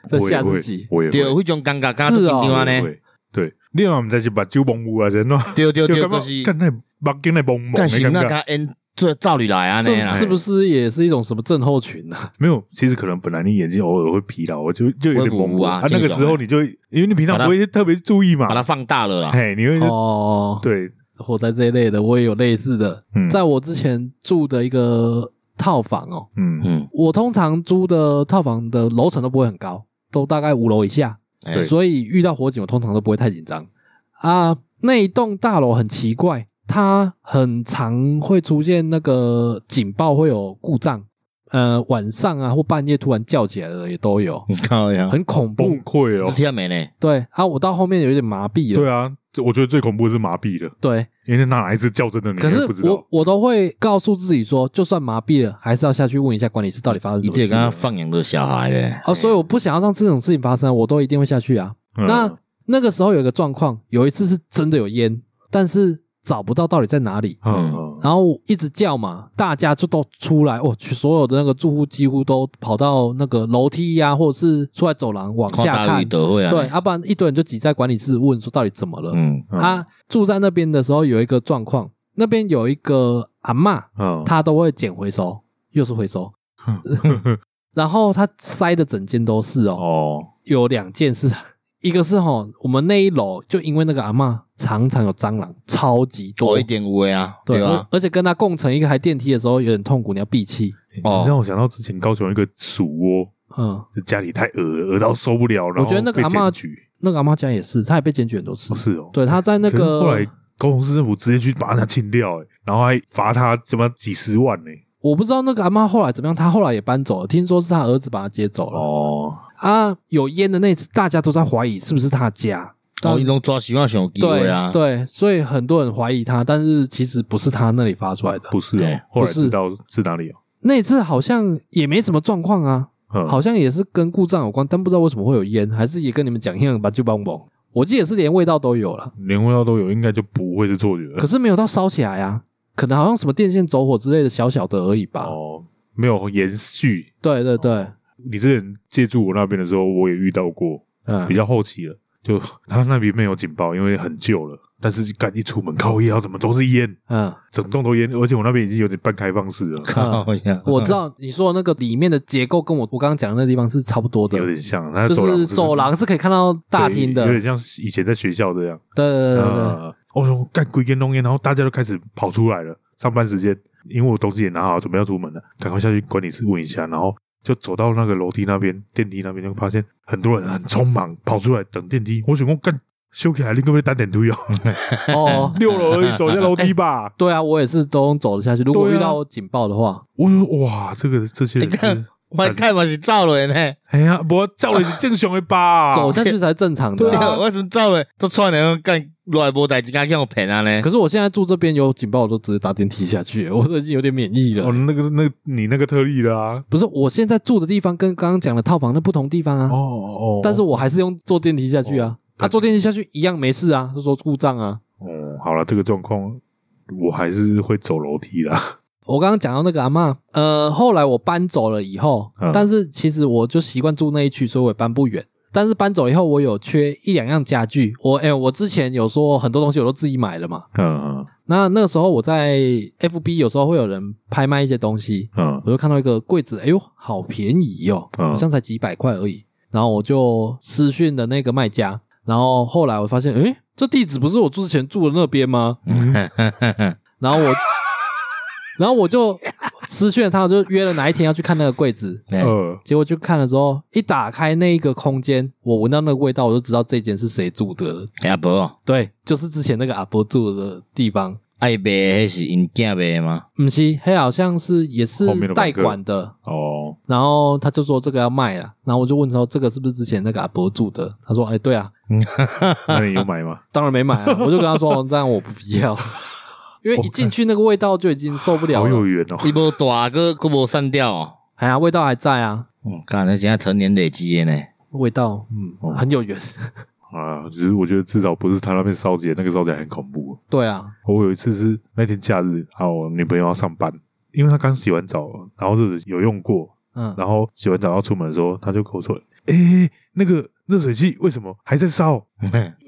Speaker 1: 在
Speaker 2: 我也
Speaker 1: 吓
Speaker 2: 会
Speaker 1: 自己，
Speaker 2: 我也
Speaker 3: 对，
Speaker 2: 会，
Speaker 3: 迄种感觉，感觉
Speaker 1: 是
Speaker 3: 紧
Speaker 1: 哦
Speaker 3: 张啊呢
Speaker 2: 我也，会对，你嘛毋知是目睭蒙雾啊，是喏，
Speaker 3: 对对对，
Speaker 2: 就
Speaker 3: 就
Speaker 2: 感觉
Speaker 3: 是
Speaker 2: 干那目镜那蒙蒙
Speaker 3: 干是
Speaker 2: 的
Speaker 3: 那
Speaker 2: 感觉，
Speaker 3: 甲烟做照理来啊安尼
Speaker 1: 这
Speaker 3: 啦，
Speaker 1: 是不是也是一种什么症候群啊呢？
Speaker 2: 没有，其实可能本来你眼睛偶尔会疲劳，就就有点蒙雾
Speaker 3: 会蒙雾啊
Speaker 2: 那个
Speaker 3: 正常
Speaker 2: 时候你就因为你平常不会特别注意嘛
Speaker 3: 把，它放大了啦，
Speaker 2: 嘿，你会
Speaker 1: 哦，
Speaker 2: 对，
Speaker 1: 火灾这一类的，我也有类似的。
Speaker 2: 嗯
Speaker 1: 在我之前住的一个套房哦，
Speaker 2: 嗯，
Speaker 3: 嗯，
Speaker 1: 我通常租的套房的楼层都不会很高，都大概五楼以下，
Speaker 3: 哎
Speaker 2: 对
Speaker 1: 所以遇到火警我通常都不会太紧张啊。那一栋大楼很奇怪，它很常会出现那个警报会有故障，呃，晚上啊或半夜突然叫起来的也都有，
Speaker 3: 你靠呀，
Speaker 1: 很恐怖
Speaker 2: 崩。溃哦，
Speaker 3: 听没呢？
Speaker 1: 对啊，我到后面有点麻痹了。
Speaker 2: 对啊，这我觉得最恐怖的是麻痹的，
Speaker 1: 对，
Speaker 2: 因为哪来一只较真的你
Speaker 1: 可
Speaker 2: 嗯也不知
Speaker 1: 是我
Speaker 2: 道，
Speaker 1: 我都会告诉自己说，就算麻痹了，还是要下去问一下管理室到底发生
Speaker 3: 你
Speaker 1: 什么
Speaker 3: 这
Speaker 1: 事
Speaker 3: 刚
Speaker 1: 啊、
Speaker 3: 刚放养的小孩嘞，
Speaker 1: 所以我不想要让这种事情发生，我都一定会下去啊。
Speaker 2: 嗯
Speaker 1: 那那个时候有一个状况，有一次是真的有烟，但是找不到到底在哪里，
Speaker 2: 嗯
Speaker 3: 嗯
Speaker 2: 嗯
Speaker 1: 然后一直叫嘛，大家就都出来，哦，去所有的那个住户几乎都跑到那个楼梯呀、或者是出来走廊往
Speaker 3: 看
Speaker 1: 下
Speaker 3: 大
Speaker 1: 看
Speaker 3: 卫，德会啊，
Speaker 1: 对，，要、不然一堆人就挤在管理室问说到底怎么了。
Speaker 3: 嗯，
Speaker 2: 嗯
Speaker 1: 啊，住在那边的时候有一个状况，那边有一个阿嬷，
Speaker 2: 嗯，
Speaker 1: 她都会捡回收，又是回 收，然后她塞的整间都是哦。
Speaker 2: 哦，
Speaker 1: 有两件事，一个是吼，我们那一楼就因为那个阿嬷常常有蟑螂，超级多
Speaker 3: 多一，点位啊，
Speaker 1: 对
Speaker 3: 对吧？
Speaker 1: 而而且跟她共乘一个台电梯的时候有点痛苦，你要闭气，
Speaker 3: 哦
Speaker 2: 你让我想到之前高雄有一个鼠窝，
Speaker 1: 嗯。
Speaker 2: 这家里太恶了，恶到受不了，然后
Speaker 1: 我觉得那个
Speaker 2: 被
Speaker 1: 阿嬷
Speaker 2: 检举
Speaker 1: 那个阿嬷家也是，她也被检举很多次
Speaker 2: 不。是哦，
Speaker 1: 对，她在那
Speaker 2: 可是后来
Speaker 1: 个，
Speaker 2: 高雄市政府直接去把它清掉，哎，然后还罚他什么几十万呢？
Speaker 1: 我不知道那个阿嬷后来怎么样，她后来也搬走了，听说是她儿子把她接走了。
Speaker 2: 哦，
Speaker 1: 啊，有烟的那次，大家都在怀疑是不是他家。
Speaker 3: 哦，你拢抓希望上有机会
Speaker 1: 对
Speaker 3: 啊，
Speaker 1: 对，所以很多人怀疑他，但是其实不是他那里发出来的。
Speaker 2: 不是哦
Speaker 3: 哎，
Speaker 2: 后来
Speaker 1: 不是
Speaker 2: 知道是哪里哦，
Speaker 1: 那次好像也没什么状况啊，
Speaker 2: 嗯
Speaker 1: 好像也是跟故障有关，但不知道为什么会有烟，还是也跟你们讲一样吧，就帮忙。我记得是连味道都有了，
Speaker 2: 连味道都有，应该就不会是错觉
Speaker 1: 可
Speaker 2: 了。
Speaker 1: 是没有到烧起来啊，可能好像什么电线走火之类的小小的而已吧。
Speaker 2: 哦，没有延续。
Speaker 1: 对对对，
Speaker 2: 你之前借住我那边的时候，我也遇到过，
Speaker 1: 嗯
Speaker 2: 比，较后期了，就他那边没有警报，因为很旧了。但是赶一出门靠腰，怎么都是烟，
Speaker 1: 嗯，
Speaker 2: 整栋都烟，而且我那边已经有点半开放式了，
Speaker 3: 靠呀，
Speaker 1: 嗯我知道你说的那个里面的结构跟我我刚刚讲的那地方是差不多的
Speaker 2: 有，点像。那走
Speaker 1: 就
Speaker 2: 廊
Speaker 1: 是走廊是可以看到大厅的，
Speaker 2: 有
Speaker 1: 对
Speaker 2: 点像以前在学校这样。
Speaker 1: 对对对对。
Speaker 2: 呃，我说干鬼跟弄烟，然后大家都开始跑出来了。上班时间，因为我东西也拿好，准备要出门了，赶快下去管理室问一下，然后就走到那个楼梯那边、电梯那边，就发现很多人很匆忙跑出来等电梯。我想说干修起来，你可不可以打点推哦？，
Speaker 1: 哦
Speaker 2: 六楼而已，走一下楼梯吧。
Speaker 1: 对啊，我也是都走了下去。如果
Speaker 2: 对啊
Speaker 1: 遇到警报的话，
Speaker 2: 我说哇，这个这些
Speaker 3: 你
Speaker 2: 人
Speaker 3: 看
Speaker 2: 是，
Speaker 3: 我看嘛是走了呢，
Speaker 2: 哎呀，我照了是正常的吧？
Speaker 1: 走下去才正常的
Speaker 2: 啊对
Speaker 3: 对
Speaker 1: 啊、
Speaker 2: 啊
Speaker 3: 啊，我怎么走了？都串人干落来无代志，敢叫我骗啊呢？
Speaker 1: 可是我现在住这边有警报，我都直接搭电梯下去，我都已经有点免疫了。
Speaker 2: 哦，那个是那个你那个特例啦、啊。
Speaker 1: 不是，我现在住的地方跟刚刚讲的套房那不同地方啊，
Speaker 2: 哦哦，
Speaker 1: 但是我还是用坐电梯下去啊。
Speaker 2: 哦
Speaker 1: 啊，坐电梯下去一样没事啊，就说故障啊。
Speaker 2: 哦，好了，这个状况我还是会走楼梯啦。
Speaker 1: 我刚刚讲到那个阿嬷，呃，后来我搬走了以后，
Speaker 2: 嗯
Speaker 1: 但是其实我就习惯住那一区，所以我也搬不远。但是搬走以后，我有缺一两样家具。我哎、我之前有说很多东西我都自己买了嘛，
Speaker 2: 嗯
Speaker 1: 那那个时候我在 FB 有时候会有人拍卖一些东西，
Speaker 2: 嗯
Speaker 1: 我就看到一个柜子，哎呦，好便宜哦，
Speaker 2: 嗯
Speaker 1: 好像才几百块而已。然后我就私讯的那个卖家，然后后来我发现，诶，这地址不是我之前住的那边吗？然后我， 然后我就私讯了他，我就约了哪一天要去看那个柜子。
Speaker 3: 哎
Speaker 2: 呃，
Speaker 1: 结果去看了之后，一打开那一个空间，我闻到那个味道，我就知道这间是谁住的了。
Speaker 3: 哎呀，不，
Speaker 1: 对，就是之前那个阿伯住的地方。
Speaker 3: 爱卖迄是因囝卖 的吗？
Speaker 1: 嗯不是，黑好像是也是
Speaker 2: 后面的
Speaker 1: 代
Speaker 2: 广告
Speaker 1: 管的，
Speaker 2: 哦，
Speaker 1: 然后他就说这个要卖了，然后我就问说这个是不是之前那个啊博主的？他说哎、对啊，
Speaker 2: 那你有买吗？
Speaker 1: 当然没买啊，我就跟他 说这样我不要，因为一进去那个味道就已经受不了
Speaker 2: 好有
Speaker 1: 了，
Speaker 2: 缘哦，
Speaker 3: 伊无大个，佫无散掉哦。
Speaker 1: 哎呀，味道还在啊，
Speaker 3: 嗯，干，那真正成年累积的呢。
Speaker 1: 味道嗯很 有缘，
Speaker 2: 啊，哦只是我觉得至少不是他那边烧姐，那个烧姐很恐怖。哦
Speaker 1: 对啊，
Speaker 2: 我有一次是那天假日，啊，我女朋友要上班，因为她刚洗完澡，然后热水有用过，
Speaker 1: 嗯，
Speaker 2: 然后洗完澡要出门的时候，她就跟我说：“诶、那个热水器为什么还在烧？”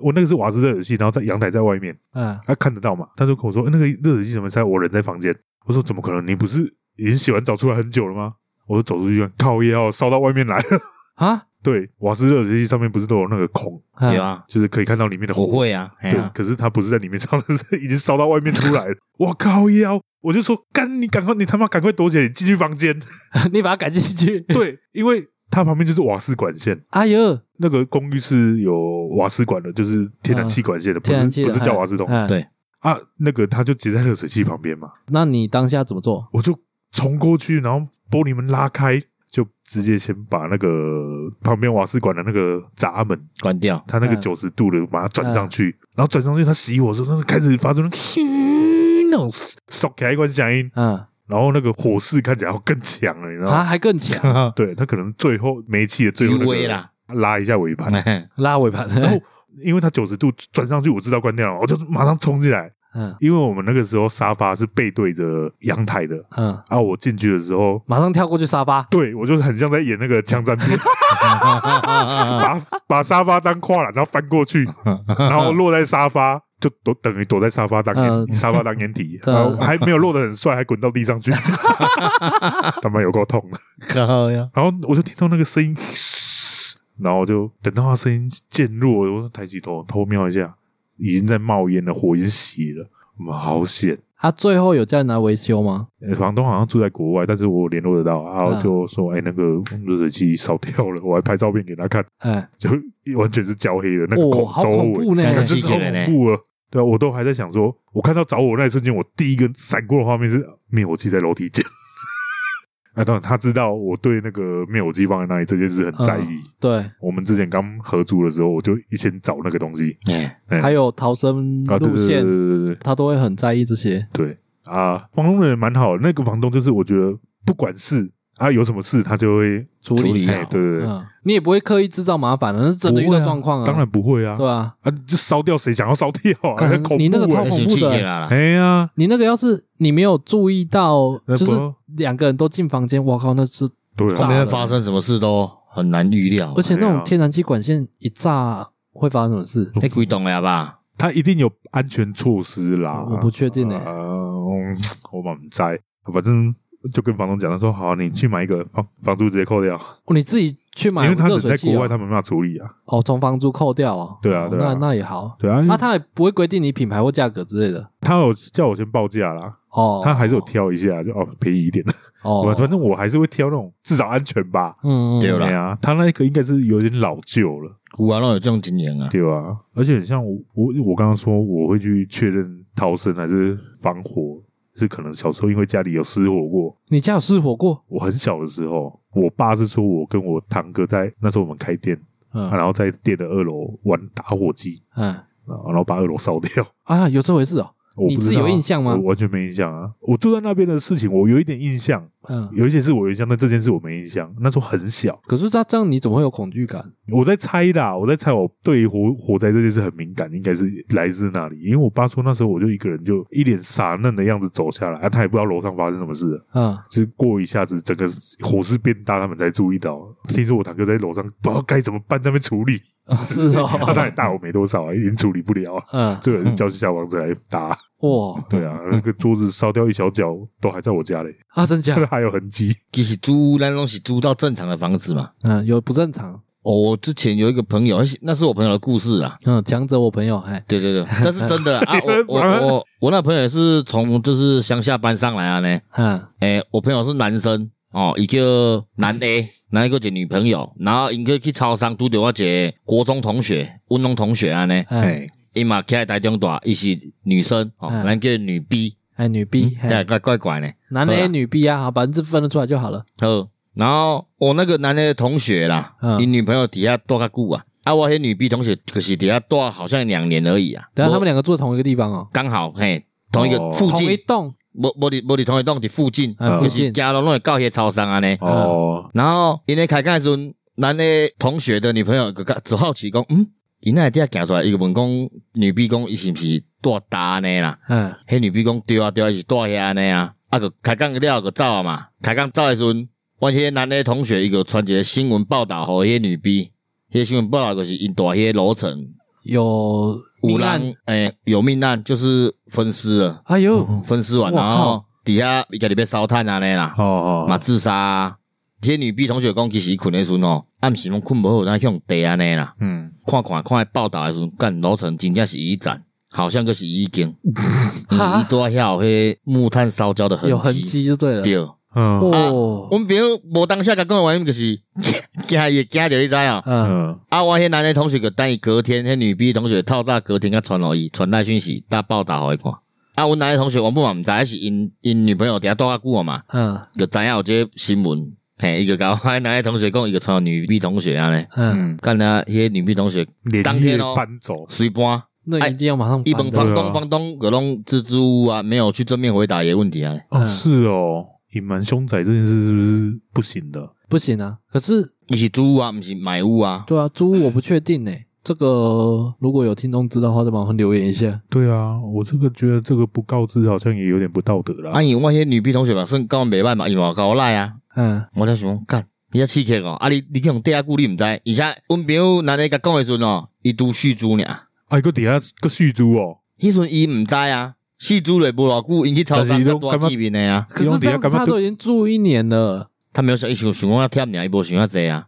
Speaker 2: 我那个是瓦斯热水器，然后在阳台在外面，
Speaker 1: 嗯
Speaker 2: 她看得到嘛，她就跟我说：“那个热水器怎么在？我人在房间。”我说：“怎么可能？你不是已经洗完澡出来很久了吗？”我就走出去看，靠腰烧到外面来了。
Speaker 1: 啊，
Speaker 2: 对，瓦斯热水器上面不是都有那个孔，
Speaker 1: 嗯
Speaker 3: 对，啊，
Speaker 2: 就是可以看到里面的
Speaker 3: 火
Speaker 2: 火
Speaker 3: 会啊，哎
Speaker 2: 对，
Speaker 3: 呀，
Speaker 2: 可是他不是在里面 烧，的是已经烧到外面出来了。我靠腰，我就说干你赶快，你他妈赶快躲起来，你进去房间。
Speaker 1: 你把它赶进去，
Speaker 2: 对，因为他旁边就是瓦斯管线，
Speaker 1: 哎呦，
Speaker 2: 那个公寓是有瓦斯管的，就是天然气管线的，不
Speaker 1: 天啊然气
Speaker 2: 是
Speaker 1: 的
Speaker 2: 不是叫瓦斯桶、
Speaker 1: 嗯嗯
Speaker 3: 对
Speaker 2: 啊。那个他就接在热水器旁边嘛，
Speaker 1: 那你当下怎么做？
Speaker 2: 我就冲过去，然后玻璃门拉开。就直接先把那个旁边瓦斯管的那个闸门，
Speaker 3: 关掉。
Speaker 2: 它那个
Speaker 1: 嗯
Speaker 2: 九十度的，把它转上去，然后转上去，它熄火的时候，它是开始发出那个那种烧起来一关响音，
Speaker 1: 嗯，
Speaker 2: 然后那个火势看起来要更强了，你知道
Speaker 1: 它
Speaker 2: 吗？
Speaker 1: 还更强，
Speaker 2: 对，它可能最后煤气的最后那
Speaker 3: 余威
Speaker 2: 个
Speaker 3: 啦
Speaker 2: 拉一下尾盘，
Speaker 1: 拉尾盘，
Speaker 2: 然后因为它九十度转上去，我知道关掉了，我就马上冲进来，
Speaker 1: 嗯
Speaker 2: 因为我们那个时候沙发是背对着阳台的，
Speaker 1: 嗯，
Speaker 2: 啊，我进去的时候。
Speaker 1: 马上跳过去沙发，
Speaker 2: 对，我就是很像在演那个枪战片，把把沙发当跨栏，然后翻过去，然后落在沙发，就躲等于躲在沙发当掩、
Speaker 1: 嗯
Speaker 2: 沙发当掩体，
Speaker 1: 嗯
Speaker 2: 然后还没有落得很帅，还滚到地上去，他妈有够痛的。
Speaker 3: 靠呀！
Speaker 2: 然后我就听到那个声音， 然后我就等到他声音渐弱，我就抬起头偷瞄一下，已经在冒烟了，火已经熄了，我们好险。
Speaker 1: 啊，最后有叫你来维修吗？
Speaker 2: 呃房东好像住在国外，但是我联络得到，然
Speaker 1: 嗯
Speaker 2: 后就说：“哎、那个热水器烧掉了。”我还拍照片给他看，
Speaker 1: 哎，
Speaker 2: 就完全是焦黑的那个
Speaker 1: 哦，
Speaker 2: 孔
Speaker 1: 好
Speaker 2: 周
Speaker 1: 恐
Speaker 2: 围，
Speaker 1: 怖呢，
Speaker 3: 感
Speaker 2: 感
Speaker 3: 觉
Speaker 2: 真
Speaker 3: 是
Speaker 2: 是好恐怖了。对啊，我都还在想说，我看到着火那一瞬间，我第一个闪过的画面是灭火器在楼梯间。 啊，当然他知道我对那个灭火器放在那里这件事很在意。
Speaker 1: 嗯对，
Speaker 2: 我们之前刚合租的时候，我就一先找那个东西
Speaker 3: 哎，
Speaker 2: 哎
Speaker 1: 还有逃生
Speaker 2: 啊，对
Speaker 1: 路
Speaker 2: 对对对
Speaker 1: 线，
Speaker 2: 对对
Speaker 1: 他都会很在意这些。
Speaker 2: 对啊，房东人也蛮好的，那个房东就是我觉得不管事啊，有什么事他就会
Speaker 1: 处理
Speaker 3: 理
Speaker 2: 哎、
Speaker 3: 好
Speaker 2: 对对对，
Speaker 1: 嗯，你也不会刻意制造麻烦的，那是真的遇
Speaker 2: 不会
Speaker 1: 到
Speaker 2: 啊
Speaker 1: 状况啊，
Speaker 2: 当然不会啊，
Speaker 1: 对啊，
Speaker 2: 啊，就烧掉谁想要烧掉啊？
Speaker 1: 干
Speaker 2: 很恐怖、欸，
Speaker 1: 你那个超
Speaker 3: 那
Speaker 1: 恐
Speaker 3: 是
Speaker 1: 怖啊的
Speaker 3: 气啦。
Speaker 2: 哎呀，
Speaker 1: 你那个要是你没有注意到，
Speaker 2: 那
Speaker 1: 就是
Speaker 2: 不啊
Speaker 1: 两个人都进房间，我靠，那是
Speaker 2: 对
Speaker 3: 后
Speaker 2: 啊，
Speaker 3: 面发生什么事都很难预料
Speaker 1: 而。且那
Speaker 2: 对
Speaker 1: 种
Speaker 2: 啊
Speaker 1: 天然气管线一炸会发生什么事？
Speaker 3: 那鬼懂了吧？
Speaker 2: 他一定有安全措施啦。
Speaker 1: 我不确定欸
Speaker 2: 啊嗯我满在，反正就跟房东讲，他说好，你去买一个房房租直接扣掉，
Speaker 1: 哦，你自己去
Speaker 2: 因
Speaker 1: 买
Speaker 2: 为他
Speaker 1: 热
Speaker 2: 人在
Speaker 1: 水器
Speaker 2: 国
Speaker 1: 哦
Speaker 2: 外，他没办法处理啊。
Speaker 1: 哦，从房租扣掉哦。
Speaker 2: 对啊
Speaker 1: 哦
Speaker 2: 对啊
Speaker 1: 那那也好。
Speaker 2: 对啊，
Speaker 1: 那他也不会规定你品牌或价格之类的。
Speaker 2: 他有叫我先报价啦，
Speaker 1: 哦，
Speaker 2: 他还是有挑一下，就哦便宜一点。
Speaker 1: 哦，
Speaker 2: 我反正我还是会挑那种至少安全吧。
Speaker 1: 嗯，嗯
Speaker 3: 对啦
Speaker 2: 对啊，他那个应该是有点老旧了，
Speaker 3: 古玩都有这种经验啊。
Speaker 2: 对啊，而且很像我我我刚刚说我会去确认逃生还是防火，是可能小时候因为家里有失火过，
Speaker 1: 你家有失火过？
Speaker 2: 我很小的时候，我爸是说我跟我堂哥在那时候我们开店，
Speaker 1: 嗯
Speaker 2: 啊然后在店的二楼玩打火机，
Speaker 1: 嗯
Speaker 2: 啊然后把二楼烧掉。
Speaker 1: 啊，有这回事哦。
Speaker 2: 我
Speaker 1: 你
Speaker 2: 不知
Speaker 1: 自己
Speaker 2: 道啊
Speaker 1: 有印象吗
Speaker 2: 我完全没印象啊！我住在那边的事情，我有一点印象，
Speaker 1: 嗯，
Speaker 2: 有一些是我有印象，但这件事我没印象。那时候很小，
Speaker 1: 可是他这样你怎么会有恐惧感？
Speaker 2: 我在猜啦，我在猜，我对火火灾这件事很敏感，应该是来自那里。因为我爸说那时候我就一个人，就一脸傻嫩的样子走下来，啊、他也不知道楼上发生什么事了。
Speaker 1: 嗯，
Speaker 2: 就是过一下子，整个火势变大，他们才注意到。听说我堂哥在楼上不知道该怎么办，在那边处理。
Speaker 1: 啊是
Speaker 2: 他当
Speaker 1: 哦，
Speaker 2: 然大我没多少啊，已经处理不了啊。
Speaker 1: 嗯，
Speaker 2: 最后还是叫小王子来打。
Speaker 1: 哇
Speaker 2: 对啊，那个桌子烧掉一小角，都还在我家里，
Speaker 1: 啊，真假？
Speaker 2: 还有痕迹。
Speaker 3: 其实租咱拢是租到正常的房子嘛。
Speaker 1: 嗯，有不正常。
Speaker 3: 哦，我之前有一个朋友，那是那是我朋友的故事啊。
Speaker 1: 嗯，强者我朋友，哎，
Speaker 3: 对对对，但是真的 啊
Speaker 2: 你们
Speaker 3: 啊，我
Speaker 2: 玩
Speaker 3: 我我我那朋友也是从就是乡下搬上来啊呢。
Speaker 1: 嗯
Speaker 3: 诶，我朋友是男生哦，一个男 A，然后一个女朋友，然后一个去超商拄着我一个国中同学、温龙同学啊呢。
Speaker 1: 嗯，
Speaker 3: 伊嘛起来台中大，伊是女生，哦，
Speaker 1: 嗯
Speaker 3: 咱叫女 B，
Speaker 1: 哎，女 B，嘿
Speaker 3: 对，怪怪怪呢。
Speaker 1: 男
Speaker 3: 好
Speaker 1: A
Speaker 3: 啦
Speaker 1: 女 B 啊，好，把这分得出来就好了。
Speaker 3: 好，然后我那个男的同学啦，
Speaker 1: 嗯
Speaker 3: 你、女朋友底下多较久啊？啊，我迄女 B 同学可是底下多好像两年而已啊。
Speaker 1: 等下他
Speaker 3: 无
Speaker 1: 们两个住同一个地方哦，
Speaker 3: 刚好嘿，同一个
Speaker 2: 哦
Speaker 3: 附
Speaker 1: 同一
Speaker 3: 近，
Speaker 1: 栋，
Speaker 3: 无无伫无伫同一栋伫附近，
Speaker 1: 嗯
Speaker 3: 就
Speaker 1: 附
Speaker 3: 是
Speaker 1: 近
Speaker 3: 家拢拢会到迄超商安尼。
Speaker 2: 哦，
Speaker 3: 然后因咧开讲的时阵，咱的同学的女朋友就较就好奇讲，嗯，因那底下行出来，伊就问讲女 B 讲伊是毋是住搭安尼啦？
Speaker 1: 嗯，
Speaker 3: 迄女 B 讲对啊对啊，伊是住遐安尼啊，啊个开讲了就走啊嘛，开讲走的时阵，我迄个男的同学伊个传一个新闻报道互迄女 B，迄个新闻报道就是因住迄个楼层
Speaker 1: 有
Speaker 3: 有
Speaker 1: 命案
Speaker 3: 人诶、有命案，就是分尸了。
Speaker 1: 哎呦，
Speaker 3: 分尸完，
Speaker 1: 我
Speaker 3: 然
Speaker 1: 靠
Speaker 3: 后底下伊家己被烧炭安尼啦
Speaker 2: 哦，哦，
Speaker 3: 嘛自杀、啊。迄女 B 同学讲，其实伊困的时阵哦，暗时拢困无好，那去用地安尼啦，
Speaker 2: 嗯，
Speaker 3: 看看看伊报道的时阵，干楼层真正是伊站，好像就是伊经，
Speaker 1: 哈
Speaker 3: 伊多遐有迄木炭烧焦的痕迹，
Speaker 1: 有痕迹就对了。
Speaker 3: 对。
Speaker 2: 嗯，
Speaker 1: 哦，
Speaker 3: 阮朋友无当下甲讲的原因就是， 惊伊会惊着你知哦。
Speaker 1: 嗯，
Speaker 2: 嗯，
Speaker 3: 啊，我迄男的同学个等伊隔天，迄女 B 同学透早隔天甲传落伊传来讯息，搭报道互伊看。啊，阮男的同学原本嘛毋知影是因因女朋友伫遐住较久啊嘛，
Speaker 1: 嗯，
Speaker 3: 就知影有这个新闻。嘿，伊就甲我迄男的同学讲，伊就传互女 B 同学安尼，
Speaker 1: 嗯，
Speaker 2: 嗯，
Speaker 3: 干啊，迄女 B 同学当
Speaker 2: 连夜
Speaker 3: 天哦
Speaker 2: 搬走，
Speaker 3: 随搬，
Speaker 1: 那哎一定要马上
Speaker 3: 伊问
Speaker 1: 搬的
Speaker 3: 房
Speaker 2: 对
Speaker 3: 东，
Speaker 2: 啊
Speaker 3: 房东个拢支支吾吾啊，没有去正面回答伊的问题啊。
Speaker 2: 哦，
Speaker 1: 嗯
Speaker 2: 是哦，隐瞒凶宅这件事是不是不行的？
Speaker 1: 不行啊。可是，
Speaker 3: 伊是租屋啊，毋是买屋啊。
Speaker 1: 对啊，租屋我不确定呢。这个如果有听众知道的话，再麻烦留言一下。
Speaker 2: 对啊，我这个觉得这个不告知好像也有点不道德
Speaker 3: 啊，
Speaker 2: 啦。
Speaker 3: 因为我迄女 B 同学嘛，算讲袂歹嘛，伊嘛甲我赖啊。
Speaker 1: 嗯，
Speaker 3: 我才想讲干，你遐刺客哦，啊你你去用地下久你毋知，而且阮朋友若咧甲讲诶时阵哦，伊拄续租尔，
Speaker 2: 啊，个底下个续租哦，
Speaker 3: 迄时阵伊毋知啊，续租了无偌久，因去超
Speaker 2: 但是
Speaker 3: 商
Speaker 2: 伊
Speaker 3: 才
Speaker 2: 都
Speaker 3: 拄啊见面诶啊，
Speaker 1: 可是这样子他都已经住一年了，
Speaker 3: 他没有想伊想想讲啊忝尔，伊无想遐济啊，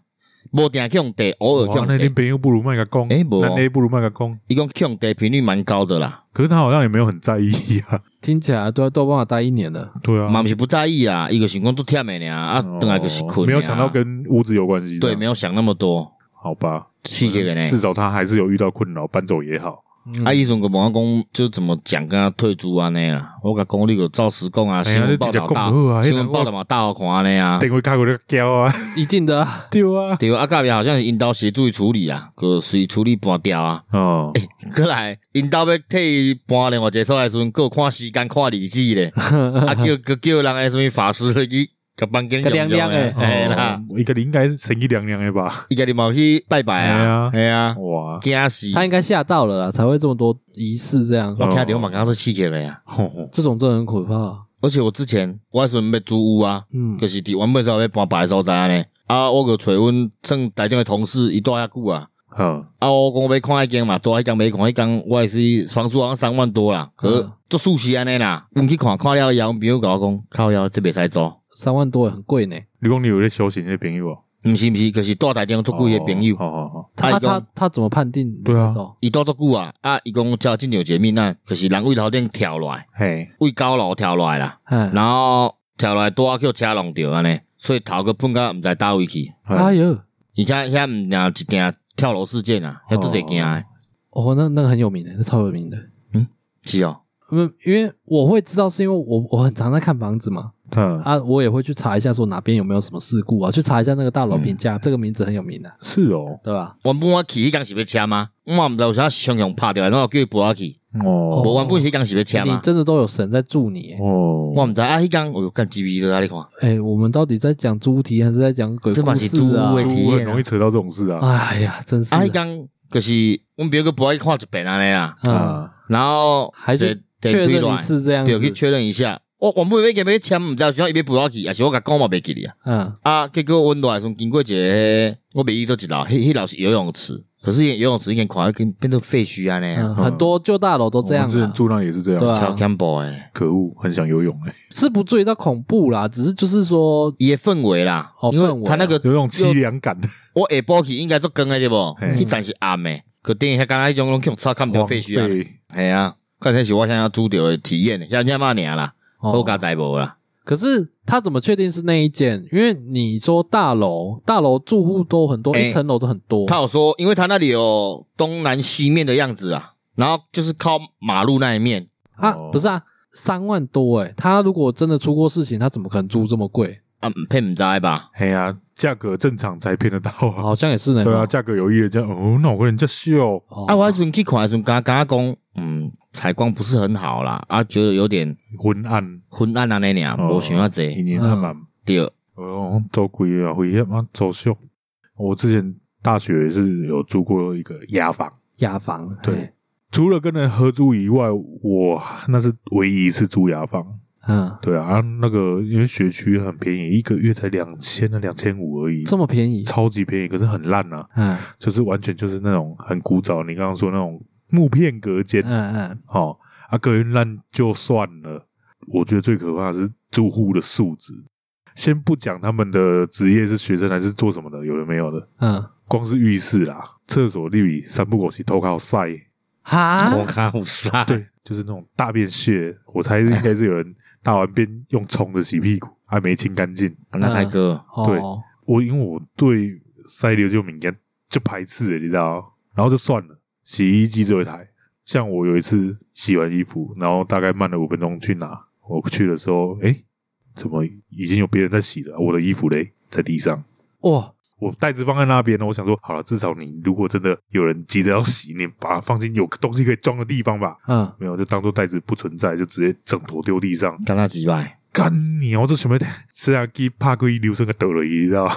Speaker 3: 无定去用地，偶尔去
Speaker 2: 哇，
Speaker 3: 用
Speaker 2: 哦那
Speaker 3: 地
Speaker 2: 天，朋友不如卖个公，
Speaker 3: 诶没有哦
Speaker 2: 那天不如卖个公，
Speaker 3: 伊讲去用地频率蛮高的啦，
Speaker 2: 可是他好像也没有很在意 啊。
Speaker 1: 听起来都要都帮我待一年了。
Speaker 2: 对啊，
Speaker 3: 嘛毋是不在意啊，伊个想讲都忝诶尔，啊，
Speaker 2: 哦
Speaker 3: 等来就是困，
Speaker 2: 没有想到跟屋子有关系。
Speaker 3: 对，没有想那么多，
Speaker 2: 好吧，
Speaker 3: 刺客诶
Speaker 2: 至
Speaker 3: 呢，
Speaker 2: 少他嗯还是有遇到困扰，搬走也好。
Speaker 1: 嗯
Speaker 3: 啊，伊阵个问我讲，就怎么讲跟他退租安尼啊，我甲讲你个照实讲啊，
Speaker 2: 哎
Speaker 3: 新
Speaker 2: 呀
Speaker 3: 闻报道
Speaker 2: 你直接
Speaker 3: 大
Speaker 2: 讲就好啊，
Speaker 3: 新闻报道嘛大好看安尼啊。
Speaker 2: 等会看过那个胶啊，
Speaker 1: 一定的啊，
Speaker 2: 丢啊，
Speaker 3: 对，啊，隔壁好像是因兜协助伊处理啊，个随处理搬掉啊。
Speaker 2: 哦，
Speaker 3: 过来，因兜要替伊搬另外一个所在的时阵，还有看时间看日子 咧，啊叫叫叫人诶什么法师去甲房间
Speaker 1: 甲亮亮的哦
Speaker 3: 用用哎啦，
Speaker 2: 哦一个应该是神气凉凉的吧？
Speaker 3: 伊家己嘛有去拜拜啊，哎
Speaker 2: 哎
Speaker 3: 啊，
Speaker 2: 哇，
Speaker 3: 惊死！
Speaker 1: 他应该吓到了啦，才会这么多仪式这样。
Speaker 2: 哦
Speaker 3: 我听着嘛，刚刚说气起来啊。
Speaker 2: 吼吼
Speaker 1: 这种真的很可怕、啊
Speaker 3: 而且我之前我迄时阵要租屋啊，
Speaker 1: 嗯
Speaker 3: 就是伫原本时候要搬别的所在咧，啊，我个找阮算台中诶同事，伊住遐久啊，
Speaker 2: 嗯，
Speaker 3: 啊，我讲要看迄间嘛，住迄间没看，迄间我也是房租好像三万多啦，可是
Speaker 1: 嗯
Speaker 3: 做数是安尼啦，阮去看看了以后，阮朋友甲我讲，靠腰这袂使租，
Speaker 1: 三万多也很贵呢。
Speaker 2: 你讲你有在修行的朋友哦，
Speaker 3: 毋是毋是，可是住台中足
Speaker 1: 哦
Speaker 3: 久诶朋友，
Speaker 2: 好好好，
Speaker 1: 他
Speaker 3: 啊伊
Speaker 1: 他
Speaker 3: 讲
Speaker 1: 他怎么判定？
Speaker 2: 对啊
Speaker 1: 这种
Speaker 3: 伊住足久啊，啊，伊讲叫真有一个命案，可是人位头顶跳落来，
Speaker 2: 嘿，
Speaker 3: 位高楼跳落来啦，
Speaker 1: 哎，
Speaker 3: 然后跳落来拄啊叫车弄着安尼，所以头壳碰到毋知倒位去，
Speaker 2: 啊
Speaker 1: 哎呦，
Speaker 3: 而且遐毋定一定跳楼事件啊，遐拄侪惊诶，
Speaker 1: 哦，那那个很有名的，那超有名的。
Speaker 3: 是哦，
Speaker 1: 嗯，因为我会知道，是因为我我很常在看房子嘛，
Speaker 2: 嗯，
Speaker 1: 啊，我也会去查一下说哪边有没有什么事故啊，去查一下那个大楼评价，这个名字很有名的、
Speaker 2: 是哦，
Speaker 1: 对吧？
Speaker 3: 原本我去迄工是要车吗？我嘛毋知有啥相向拍着，然后我叫伊陪我去。
Speaker 2: 哦
Speaker 3: 无原本是迄工是要请
Speaker 1: 你
Speaker 3: 嘛，
Speaker 1: 真的都有神在助你耶。
Speaker 2: 哦，
Speaker 3: 我毋知啊，迄工我有干 G B 在哪里看，
Speaker 1: 哎、我们到底在讲猪题还是在讲鬼
Speaker 3: 这
Speaker 1: 故
Speaker 3: 嘛是
Speaker 1: 事
Speaker 3: 猪
Speaker 1: 啊
Speaker 3: 的？体
Speaker 2: 猪
Speaker 3: 验啊
Speaker 2: 很容易扯到这种事啊，
Speaker 1: 哎呀，真是
Speaker 3: 啊，迄
Speaker 1: 的
Speaker 3: 工就是阮表哥陪我去看一遍安尼啊，
Speaker 1: 啊，
Speaker 2: 啊，
Speaker 3: 然后
Speaker 1: 还是
Speaker 3: 坐
Speaker 1: 确
Speaker 3: 电梯
Speaker 1: 认
Speaker 3: 落
Speaker 1: 一
Speaker 3: 来，
Speaker 1: 次这样
Speaker 3: 对，去
Speaker 1: 子。
Speaker 3: 确认一下。我原本要计要签，毋知有啥伊要陪我去，也是我甲讲嘛袂记哩啊。
Speaker 1: 嗯，
Speaker 3: 啊，结果阮落来的时阵经过一个，我袂记得一楼，迄迄楼是游泳池，可是游泳池已经看变变成废墟安尼
Speaker 1: 嗯
Speaker 3: 啊，
Speaker 1: 很多旧大楼都
Speaker 2: 我
Speaker 1: 这样、
Speaker 2: 们之前
Speaker 1: 啊，
Speaker 2: 住那也是这
Speaker 1: 对
Speaker 2: 样，
Speaker 1: 啊
Speaker 3: 超恐怖诶，
Speaker 2: 可恶，很想游泳哎，
Speaker 1: 是不至于到恐怖啦，只是就是说，
Speaker 3: 伊诶氛围啦
Speaker 1: 哦，
Speaker 3: 因
Speaker 1: 氛
Speaker 3: 为
Speaker 1: 围
Speaker 3: 他那个
Speaker 2: 有种凄凉感，
Speaker 3: 我下晡去应该做光诶，对无？
Speaker 2: 嘿
Speaker 3: 迄站是暗诶，佮等于遐敢若迄种拢去用草砍掉
Speaker 2: 荒
Speaker 3: 废墟啊。
Speaker 2: 废
Speaker 3: 系啊，看才是我想要拄着的体验，像这嘛尔
Speaker 1: 哦
Speaker 3: 啦，好加载无啦，
Speaker 1: 可是他怎么确定是那一间？因为你说大楼，大楼住户都很多，
Speaker 3: 哎
Speaker 1: 一层楼都很多。
Speaker 3: 他有说，因为他那里有东南西面的样子啊，然后就是靠马路那一面，
Speaker 1: 啊
Speaker 2: 哦，
Speaker 1: 不是啊，三万多诶、他如果真的出过事情，他怎么可能租这么贵？
Speaker 3: 啊，配唔知道吧？
Speaker 2: 哎呀，价格正常才骗得到啊。
Speaker 1: 好像也是呢。
Speaker 2: 对啊，价格有意的这样，哦，那我跟人家秀，
Speaker 1: 哦，
Speaker 3: 啊，我那时候去看的时候，刚刚讲，嗯，采光不是很好啦，啊，觉得有点
Speaker 2: 昏暗，
Speaker 3: 昏暗啊那俩，
Speaker 2: 哦
Speaker 3: 我想要这
Speaker 2: 一年他蛮
Speaker 3: 对，
Speaker 2: 哦，走鬼啊，回去啊，走秀。我之前大学也是有住过一个雅房，
Speaker 1: 雅房
Speaker 2: 对，
Speaker 1: 嘿
Speaker 2: 除了跟人合租以外，我那是唯一一次住雅房。
Speaker 1: 嗯，
Speaker 2: 对啊，啊那个因为学区很便宜，一个月才两千啊，两千五而已，
Speaker 1: 这么便宜，
Speaker 2: 超级便宜，可是很烂啊，
Speaker 1: 嗯
Speaker 2: 就是完全就是那种很古早，你刚刚说那种木片隔间，
Speaker 1: 嗯嗯，
Speaker 2: 哦，啊，隔音烂就算了，我觉得最可怕的是住户的素质。先不讲他们的职业是学生还是做什么的，有的没有的，
Speaker 1: 嗯，
Speaker 2: 光是浴室啦、厕所例比三不狗洗头靠晒，
Speaker 3: 我
Speaker 1: 哈，
Speaker 3: 靠，有啥？
Speaker 2: 啊对，就是那种大便屑，我猜应该是有人大完便用冲的洗屁股，还没清干净。
Speaker 3: 啊那太哥，
Speaker 2: 对
Speaker 1: 哦，
Speaker 2: 我因为我对塞流就敏感，就排斥了，你知道吗？然后就算了，洗衣机只有一台。像我有一次洗完衣服，然后大概慢了五分钟去拿，我去的时候，哎，怎么已经有别人在洗了？我的衣服嘞，在地上。
Speaker 1: 哇，
Speaker 2: 我袋子放在那边呢，我想说，好了，至少你如果真的有人急着要洗，你把它放进有东西可以装的地方吧。
Speaker 1: 嗯，
Speaker 2: 没有，就当做袋子不存在，就直接整坨丢地上。
Speaker 3: 干他几百，
Speaker 2: 干你哦，这什么？ 是啊，给怕龟流生个得了，你知道吗？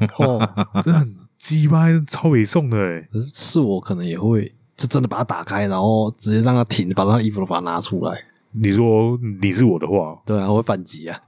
Speaker 1: 哦，
Speaker 2: 真的很鸡巴，超北宋的哎、
Speaker 1: 可是是我可能也会，就真的把它打开，然后直接让它停，把它衣服都把它拿出来。
Speaker 2: 你说你是我的话，
Speaker 1: 对啊，我会反击啊。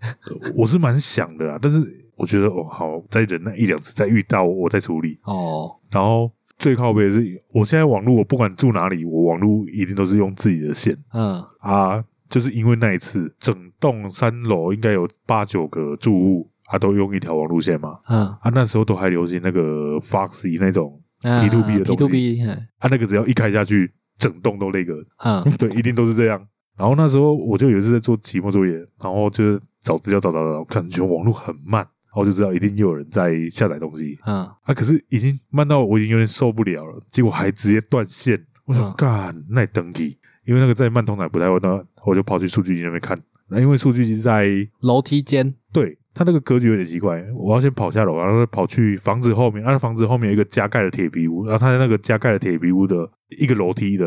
Speaker 2: 我是蛮想的啊，但是我觉得哦，好，再忍耐一两次，再遇到我再处理。
Speaker 1: 哦，
Speaker 2: 然后最靠背的是，我现在网络，我不管住哪里，我网络一定都是用自己的线
Speaker 1: 嗯，
Speaker 2: 啊，就是因为那一次，整栋三楼应该有八九个住户啊，都用一条网路线嘛。
Speaker 1: 嗯
Speaker 2: 啊，那时候都还流行那个 Foxy 那种，
Speaker 1: 嗯
Speaker 2: P2P 的
Speaker 1: P
Speaker 2: 东西
Speaker 1: to B，嗯
Speaker 2: 啊，那个只要一开下去，整栋都那个，
Speaker 1: 嗯
Speaker 2: 对，一定都是这样。然后那时候我就有一次在做期末作业，然后就是找资料找找找，感觉网络很慢，然后就知道一定又有人在下载东西
Speaker 1: 嗯，
Speaker 2: 啊。可是已经慢到我已经有点受不了了，结果还直接断线。我想
Speaker 1: 嗯
Speaker 2: 干那登记，因为那个在慢通奶不太会，那我就跑去数据机那边看。那因为数据机在
Speaker 1: 楼梯间，
Speaker 2: 对它那个格局有点奇怪，我要先跑下楼，然后再跑去房子后面，啊，房子后面有一个加盖的铁皮屋，然后它在那个加盖的铁皮屋的一个楼梯的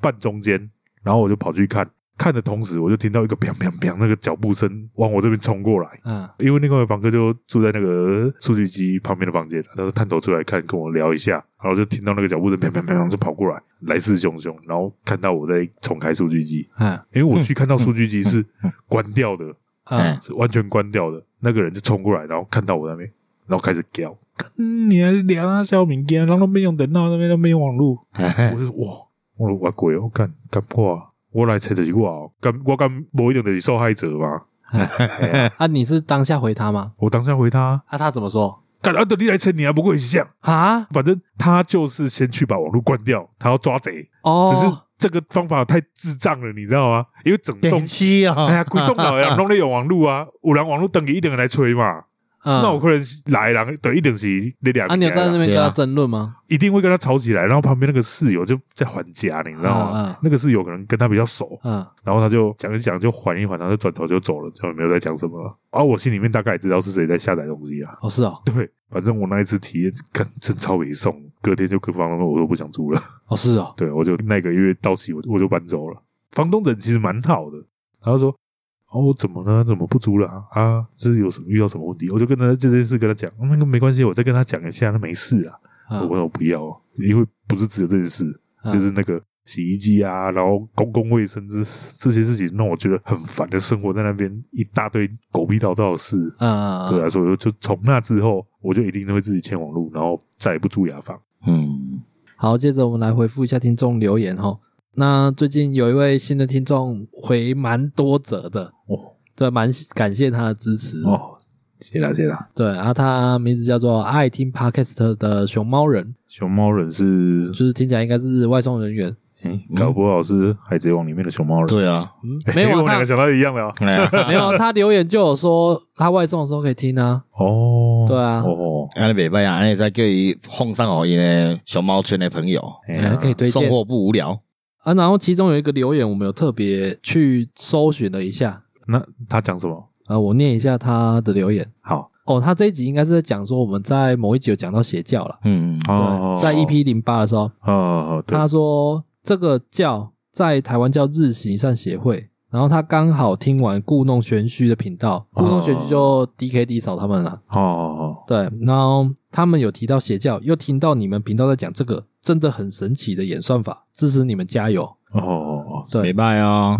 Speaker 2: 半中间，然后我就跑去看，看的同时我就听到一个砰砰砰那个脚步声往我这边冲过来。
Speaker 1: 嗯
Speaker 2: 因为那个房客就住在那个数据机旁边的房间，他就探头出来看，跟我聊一下，然后就听到那个脚步声，砰砰砰砰就跑过来，来势汹汹，然后看到我在重开数据机，
Speaker 1: 嗯
Speaker 2: 因为我去看到数据机是关掉的，
Speaker 1: 嗯
Speaker 3: 哎，
Speaker 2: 是完全关掉的。那个人就冲过来，然后看到我那边，然后开始叫，跟嗯你还聊他小敏干，然后没用等到那边都没有网络，
Speaker 3: 哎
Speaker 2: 我就说哇，我说我鬼哦，干干破啊！我来找就是我哦，干我干某一点就是受害者嘛。
Speaker 1: 啊，你是当下回他吗？
Speaker 2: 我当下回他，
Speaker 1: 啊，他怎么说？
Speaker 2: 干啊，等你来扯你啊，不过也是这样。
Speaker 1: 啊，
Speaker 2: 反正他就是先去把网络关掉，他要抓贼，只是
Speaker 1: 哦，
Speaker 2: 这个方法太智障了，你知道吗？因为整栋
Speaker 3: 电，器 啊，
Speaker 2: 哎呀，鬼栋楼呀，弄得有网络啊，有人网络等给一点人来吹嘛。
Speaker 1: 嗯
Speaker 2: 那我可能是来人对一定是那两
Speaker 1: 啊，你有在那边跟
Speaker 3: 对啊
Speaker 1: 他争论吗？
Speaker 2: 一定会跟他吵起来，然后旁边那个室友就在还价，你知道吗？
Speaker 1: 嗯嗯
Speaker 2: 那个室友可能跟他比较熟，
Speaker 1: 嗯
Speaker 2: 然后他就讲一讲就缓一缓，然后就转头就走了，就没有再讲什么了。而、我心里面大概也知道是谁在下载东西啊。
Speaker 1: 哦，是哦，
Speaker 2: 对，反正我那一次体验看真超没送，隔天就跟房东说我都不想住了。
Speaker 1: 哦是哦，
Speaker 2: 对，我就那个月到期我我就搬走了。房东人其实蛮好的，然后说。哦，怎么呢？怎么不租了啊？啊，是有什么遇到什么问题？我就跟他这件事跟他讲，哦那个没关系，我再跟他讲一下，那没事啊。
Speaker 1: 嗯
Speaker 2: 我说我不要哦，因为不是只有这件事，
Speaker 1: 嗯
Speaker 2: 就是那个洗衣机啊，然后公共卫生这这些事情，让我觉得很烦的生活在那边一大堆狗屁倒灶的事。
Speaker 1: 嗯
Speaker 2: 对
Speaker 1: 嗯
Speaker 2: 啊，所以我就从那之后，我就一定会自己签网路，然后再也不住雅房。
Speaker 3: 嗯，
Speaker 1: 好，接着我们来回复一下听众留言哈。那最近有一位新的听众回蛮多则的，
Speaker 2: 哦
Speaker 1: 对，蛮感谢他的支持。
Speaker 2: 哦，谢啦谢啦。
Speaker 1: 对，然后他名字叫做爱听 Podcast 的熊猫人，
Speaker 2: 熊猫人是，
Speaker 1: 就是听起来应该是外送人员。
Speaker 2: 诶搞不好是海贼王里面的熊猫人。
Speaker 3: 嗯对啊，
Speaker 1: 嗯，没
Speaker 2: 诶
Speaker 1: 有啊
Speaker 2: 我们两个
Speaker 1: 他
Speaker 2: 想到一样了啊。
Speaker 3: 哎呀，
Speaker 1: 没有啊他留言就有说他外送的时候可以听啊。
Speaker 2: 哦，
Speaker 1: 对啊
Speaker 2: 哦，
Speaker 3: 安尼袂歹啊，安尼再叫伊奉上互伊呢熊猫圈的朋友，
Speaker 2: 哎
Speaker 1: 哎
Speaker 2: 呀
Speaker 1: 可以推
Speaker 3: 送
Speaker 1: 荐
Speaker 3: 货不无聊。
Speaker 1: 啊，然后其中有一个留言，我们有特别去搜寻了一下
Speaker 2: 那他讲什么？
Speaker 1: 啊，我念一下他的留言。
Speaker 2: 好
Speaker 1: 哦，他这一集应该是在讲说我们在某一集有讲到邪教了，
Speaker 3: 嗯，
Speaker 2: 哦，
Speaker 1: 对在 EP 零八的时候，
Speaker 2: 哦，对
Speaker 1: 他说这个教在台湾叫日行善协会，然后他刚好听完故弄玄虚的频道，故弄玄虚就 DKD 扫他们了，
Speaker 2: 哦，
Speaker 1: 对，然后他们有提到邪教，又听到你们频道在讲这个，真的很神奇的演算法，支持你们加油
Speaker 2: 哦哦，
Speaker 1: 对
Speaker 3: 没拜哦，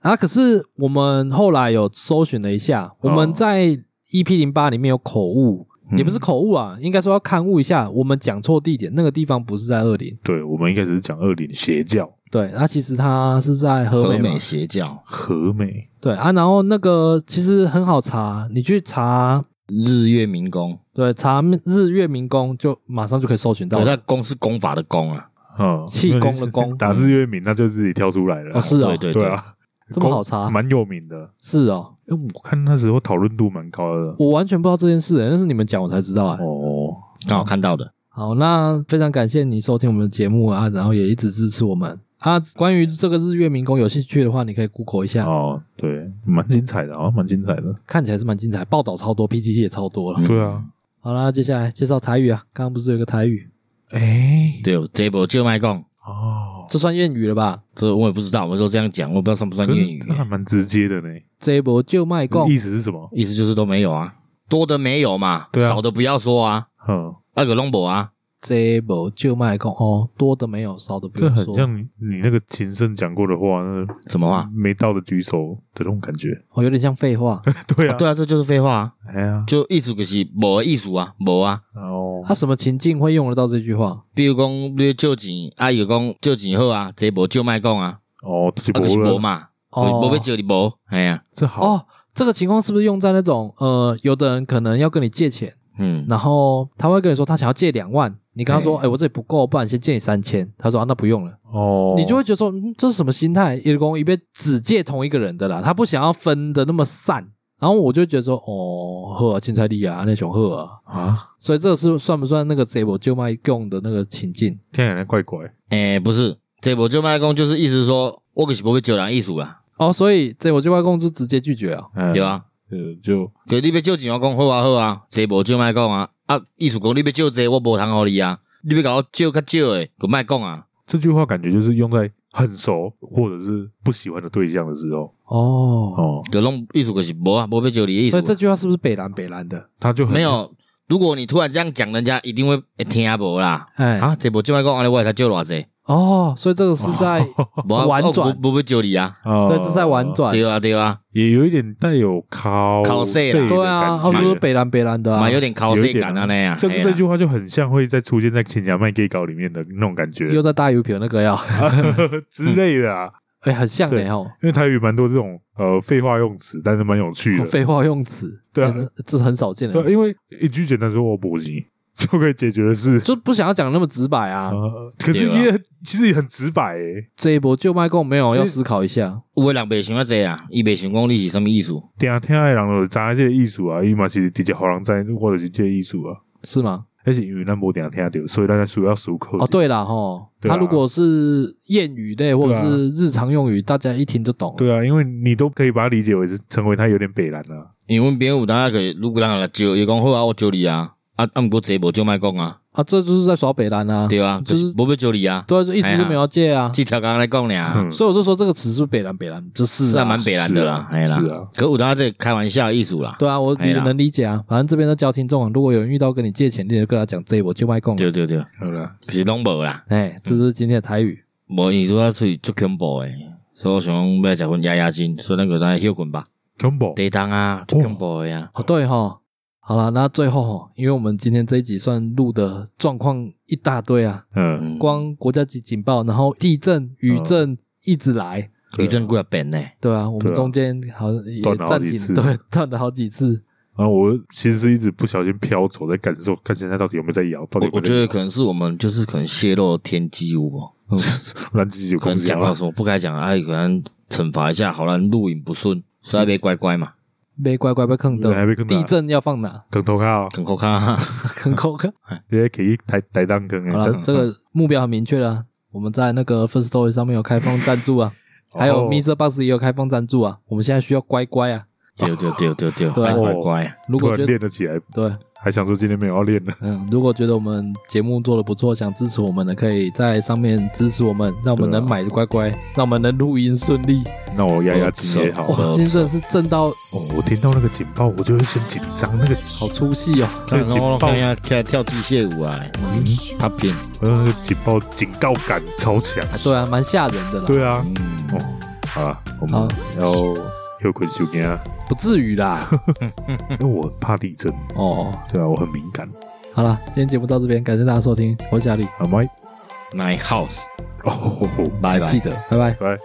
Speaker 1: 啊！可是我们后来有搜寻了一下，我们在 EP 零八里面有口误。也不是口误啊，应该说要勘误一下，我们讲错地点，那个地方不是在二林，
Speaker 2: 对，我们一开始是讲二零邪教
Speaker 1: 对，它、其实它是在和
Speaker 3: 和
Speaker 1: 美嘛
Speaker 3: 美邪教
Speaker 2: 和美
Speaker 1: 对啊，然后那个其实很好查，你去查，
Speaker 3: 日月民工，
Speaker 1: 对，查日月民工就马上就可以搜寻到
Speaker 3: 我
Speaker 1: 了。
Speaker 3: 在工是功法的功啊，
Speaker 2: 嗯，
Speaker 1: 气功的功
Speaker 2: 打字月名，那就自己跳出来了
Speaker 1: 哦，。是哦，
Speaker 3: 对对
Speaker 2: 对，啊，
Speaker 1: 这么好查
Speaker 2: 蛮有名的。
Speaker 1: 是哦，
Speaker 2: 哎，我看那时候讨论度蛮高的。
Speaker 1: 我完全不知道这件事、欸，但是你们讲我才知道哎、
Speaker 2: 哦，
Speaker 3: 刚好看到的，
Speaker 1: 好，那非常感谢你收听我们的节目啊，然后也一直支持我们啊。关于这个日月民工有兴趣的话，你可以 Google 一下，
Speaker 2: 哦，对，蛮精彩的，啊，蛮精彩的。
Speaker 1: 看起来是蛮精彩，报道超多，PPT 也超多了。
Speaker 3: 嗯
Speaker 2: 对啊，
Speaker 1: 好啦，接下来介绍台语啊，刚刚不是有一个台语，
Speaker 2: 哎，
Speaker 3: 对，这波就卖讲，
Speaker 2: 哦，
Speaker 1: 这算谚语了吧？
Speaker 3: 这我也不知道，我们都这样讲，我不知道算不算
Speaker 2: 可
Speaker 3: 谚
Speaker 2: 是
Speaker 3: 语
Speaker 2: 这还
Speaker 3: 欸，
Speaker 2: 蛮直接的呢。
Speaker 1: 这一波就卖供
Speaker 2: 意思是什么？
Speaker 3: 意思就是都没有啊，多的没有嘛，
Speaker 2: 对啊
Speaker 3: 少的不要说啊，
Speaker 2: 嗯，
Speaker 3: 那个弄不啊，
Speaker 1: 这波就卖供哦，多的没有，少的不
Speaker 2: 这
Speaker 1: 用
Speaker 2: 很
Speaker 1: 说。
Speaker 2: 像你你那个琴声讲过的话，那个
Speaker 3: 什么话？
Speaker 2: 没到的举手的那种 感觉。
Speaker 1: 哦，有点像废 话。
Speaker 2: 对啊，
Speaker 3: 对啊，这就是废话啊，
Speaker 2: 哎呀，
Speaker 3: 就意思就是无意思啊，无啊。
Speaker 2: 哦
Speaker 1: 他、，什么情境会用得到这句话？
Speaker 3: 比如讲，你借钱，啊，伊就讲借钱好啊，这无借卖讲啊，
Speaker 2: 哦，这是
Speaker 3: 啊，就是
Speaker 2: 博
Speaker 3: 无
Speaker 2: 了，
Speaker 3: 嘛，
Speaker 1: 哦
Speaker 3: 就是无要借你无，哎呀，
Speaker 2: 这好，
Speaker 1: 哦，这个情况是不是用在那种呃，有的人可能要跟你借钱，
Speaker 3: 嗯，
Speaker 1: 然后他会跟你说他想要借两万，你跟他说，哎、我这里不够，不然先借你三千。他说啊，那不用了，
Speaker 2: 哦，
Speaker 1: 你就会觉得说，嗯，这是什么心态？一公一边只借同一个人的啦，他不想要分的那么散。然后我就觉得说，哦，呵啊，青菜力啊，那熊呵啊，
Speaker 2: 啊，
Speaker 1: 所以这是算不算那个这我就卖供的那个情境？
Speaker 2: 听起来怪怪。
Speaker 3: 诶、不是，这无借卖讲就是意思说，我可是不会借人意思啦，
Speaker 1: 哦，所以这我就卖供是直接拒绝啊。
Speaker 2: 嗯
Speaker 3: 对，啊，
Speaker 2: 呃，就
Speaker 3: 可你要借钱，我讲好啊好啊，这无借卖讲啊，啊，意思讲你要借这，我无通互你啊，你要甲我借较少诶，就卖讲啊，
Speaker 2: 这句话感觉就是用在很熟或者是不喜欢的对象的时候。
Speaker 1: 哦，
Speaker 2: 哦，
Speaker 3: 就拢意思就是无啊，无要借你的意
Speaker 1: 所以这
Speaker 3: 思，
Speaker 1: 句话是不是北蓝北蓝的？
Speaker 2: 他就很
Speaker 3: 没有。如果你突然这样讲，人家一定会会听无啦。
Speaker 1: 哎，
Speaker 3: 啊，这无借卖讲，安尼我会才借偌济，
Speaker 1: 哦，所以这个是在，
Speaker 3: 无 啊
Speaker 1: 婉转
Speaker 3: 我无无要借你啊。
Speaker 2: 哦
Speaker 1: 所以这是在婉，转。
Speaker 3: 对啊，对啊，
Speaker 2: 也有一点带有考
Speaker 3: 考
Speaker 2: 试
Speaker 3: 试
Speaker 2: 的
Speaker 3: 啦
Speaker 1: 对啊，
Speaker 2: 感
Speaker 1: 他
Speaker 2: 觉
Speaker 1: 们说北蓝北蓝的啊
Speaker 3: 蛮，有点考
Speaker 2: 有
Speaker 3: 试
Speaker 2: 一点
Speaker 3: 感啊那样。
Speaker 2: 这
Speaker 3: 嘿啦
Speaker 2: 这句话就很像会再出现在《请假卖 gay 稿》里面的那种感觉
Speaker 1: 又在大油瓶那个要，
Speaker 2: 之类的啊。
Speaker 1: 哎，很像
Speaker 2: 对
Speaker 1: 嘞吼，
Speaker 2: 因为台语蛮多这种呃废话用词，但是蛮有趣的。
Speaker 1: 废话用词，
Speaker 2: 对啊
Speaker 1: 哎这这很少见的，
Speaker 2: 对，因啊为一句简单说“我补习” 就可以解决的事。
Speaker 1: 就不想要讲那么直白啊。
Speaker 2: 呃，可是也其实也很直白欸诶。
Speaker 1: 这一波就卖供没有要思考一下，
Speaker 3: 有的人袂想啊这啊，伊袂想讲你是什么意思。
Speaker 2: 听听的人就知这个艺术啊，伊嘛是直接好人知，或者是这个艺术啊。
Speaker 1: 是吗？
Speaker 2: 而且因为咱无定听到，所以咱需要熟口。
Speaker 1: 哦，，对了吼，
Speaker 2: 对啊啊
Speaker 1: 他如果是谚语类或者是日常用语，大家一听就懂。
Speaker 2: 对啊，因为你都可以把它理解为是成为他有点北蓝啊。
Speaker 3: 因为阮朋友有当啊，个如果人来招，伊讲好啊，我招你啊，啊啊，毋过这无招莫讲啊，
Speaker 1: 啊，这就是在耍北蓝啊，
Speaker 3: 对啊，哎
Speaker 1: 就
Speaker 3: 就是是无要招你啊，
Speaker 1: 对啊，嗯就一直就没有借啊。
Speaker 3: 即条刚刚来讲
Speaker 2: 哼
Speaker 3: 俩，
Speaker 1: 所以我就说这个词是不是北蓝北蓝，这是
Speaker 3: 是
Speaker 1: 啊
Speaker 3: 啊，蛮北蓝的啦，
Speaker 2: 是啊
Speaker 3: 哎啦
Speaker 2: 是啊。
Speaker 3: 可有当啊，这开玩笑的意思啦，
Speaker 1: 对啊，我
Speaker 3: 哎
Speaker 1: 也
Speaker 3: 呀
Speaker 1: 能理解啊。反正这边都教听众啊，如果有人遇到跟你借钱，你就跟他讲这我就卖供。
Speaker 3: 对对对，
Speaker 2: 好啦，
Speaker 3: 是拢无啦，
Speaker 1: 啊哎，这是今天的台语。
Speaker 3: 无伊说啊，出去足恐怖诶，所以我想讲要食份压压惊，所以咱个咱休困吧，
Speaker 2: 恐怖
Speaker 3: 地当啊，足恐怖诶啊，
Speaker 1: 哦，对哈，好了，那最后哈，因为我们今天这一集算录的状况一大堆啊，
Speaker 2: 嗯，
Speaker 3: 嗯，
Speaker 1: 光国家级警报，然后地震、余震一直来，
Speaker 3: 余震几啊遍呢，
Speaker 1: 对啊，我
Speaker 2: 对
Speaker 1: 们
Speaker 2: 啊
Speaker 1: 中间好像也
Speaker 2: 断了好
Speaker 1: 暂
Speaker 2: 几
Speaker 1: 停，
Speaker 2: 次
Speaker 1: 对， 断了好几次。
Speaker 2: 然后我其实是一直不小心飘走，在感受看现在到底有没有在摇，到底
Speaker 3: 我
Speaker 2: 有
Speaker 3: 我
Speaker 2: 没有在
Speaker 3: 觉
Speaker 2: 摇
Speaker 3: 得可能是我们就是可能泄露天机无哦。
Speaker 2: 咱自己有
Speaker 3: 可
Speaker 2: 空啊
Speaker 3: 能
Speaker 2: 间
Speaker 3: 讲到什么不该讲的，哎，可能惩罚一下，好了，录影不顺，所以被乖乖嘛，
Speaker 1: 被乖乖被坑
Speaker 2: 还
Speaker 1: 的，
Speaker 2: 被坑到
Speaker 1: 地震要放哪？
Speaker 2: 梗头卡哦，
Speaker 3: 很口看啊，
Speaker 1: 坑口坑。
Speaker 2: 你还可以抬抬当坑欸
Speaker 1: 好了
Speaker 2: 诶，，
Speaker 1: 这个目标很明确了啊，我们在那个 First Story 上面有开放赞助 啊，还有
Speaker 2: 哦
Speaker 1: Mr. Box 也有开放赞助啊。我们现在需要乖乖啊，
Speaker 3: 对对对对对，
Speaker 1: 对啊
Speaker 3: 乖乖乖，
Speaker 1: 如
Speaker 2: 突
Speaker 1: 果
Speaker 2: 然
Speaker 1: 觉得
Speaker 2: 练了起来，
Speaker 1: 对，
Speaker 2: 还想说今天没有要练了，
Speaker 1: 嗯，如果觉得我们节目做的不错，想支持我们的，可以在上面支持我们，让我们
Speaker 2: 对啊
Speaker 1: 能买乖乖，让我们能录音顺利。
Speaker 2: 那我压压惊也好。
Speaker 1: 哇
Speaker 2: 哦，
Speaker 3: 不错
Speaker 1: 今天真的是震到
Speaker 2: 我听到那个警报，我就会先紧张，那个
Speaker 1: 好出戏哦。
Speaker 2: 那个警
Speaker 3: 我
Speaker 2: 报
Speaker 3: 看，下跳跳机械舞啊，
Speaker 2: 嗯，
Speaker 3: 他拼，
Speaker 2: 我那个警报警告感超强。
Speaker 1: 啊对啊，蛮吓人的啦。
Speaker 2: 对啊，
Speaker 3: 嗯，
Speaker 2: 哦，好了，我们
Speaker 1: 好
Speaker 2: 要休困休眠啊，
Speaker 1: 不至于 啦。
Speaker 2: 因为我很怕地震，
Speaker 1: 哦，
Speaker 2: 对啊，我很敏感。
Speaker 1: 好啦，今天节目到这边，感谢大家收听，我是小李，
Speaker 2: 好，麦，
Speaker 3: n i g h House，
Speaker 2: 哦，
Speaker 3: 拜
Speaker 1: 记
Speaker 3: 拜。
Speaker 1: 得，拜拜。
Speaker 2: 拜。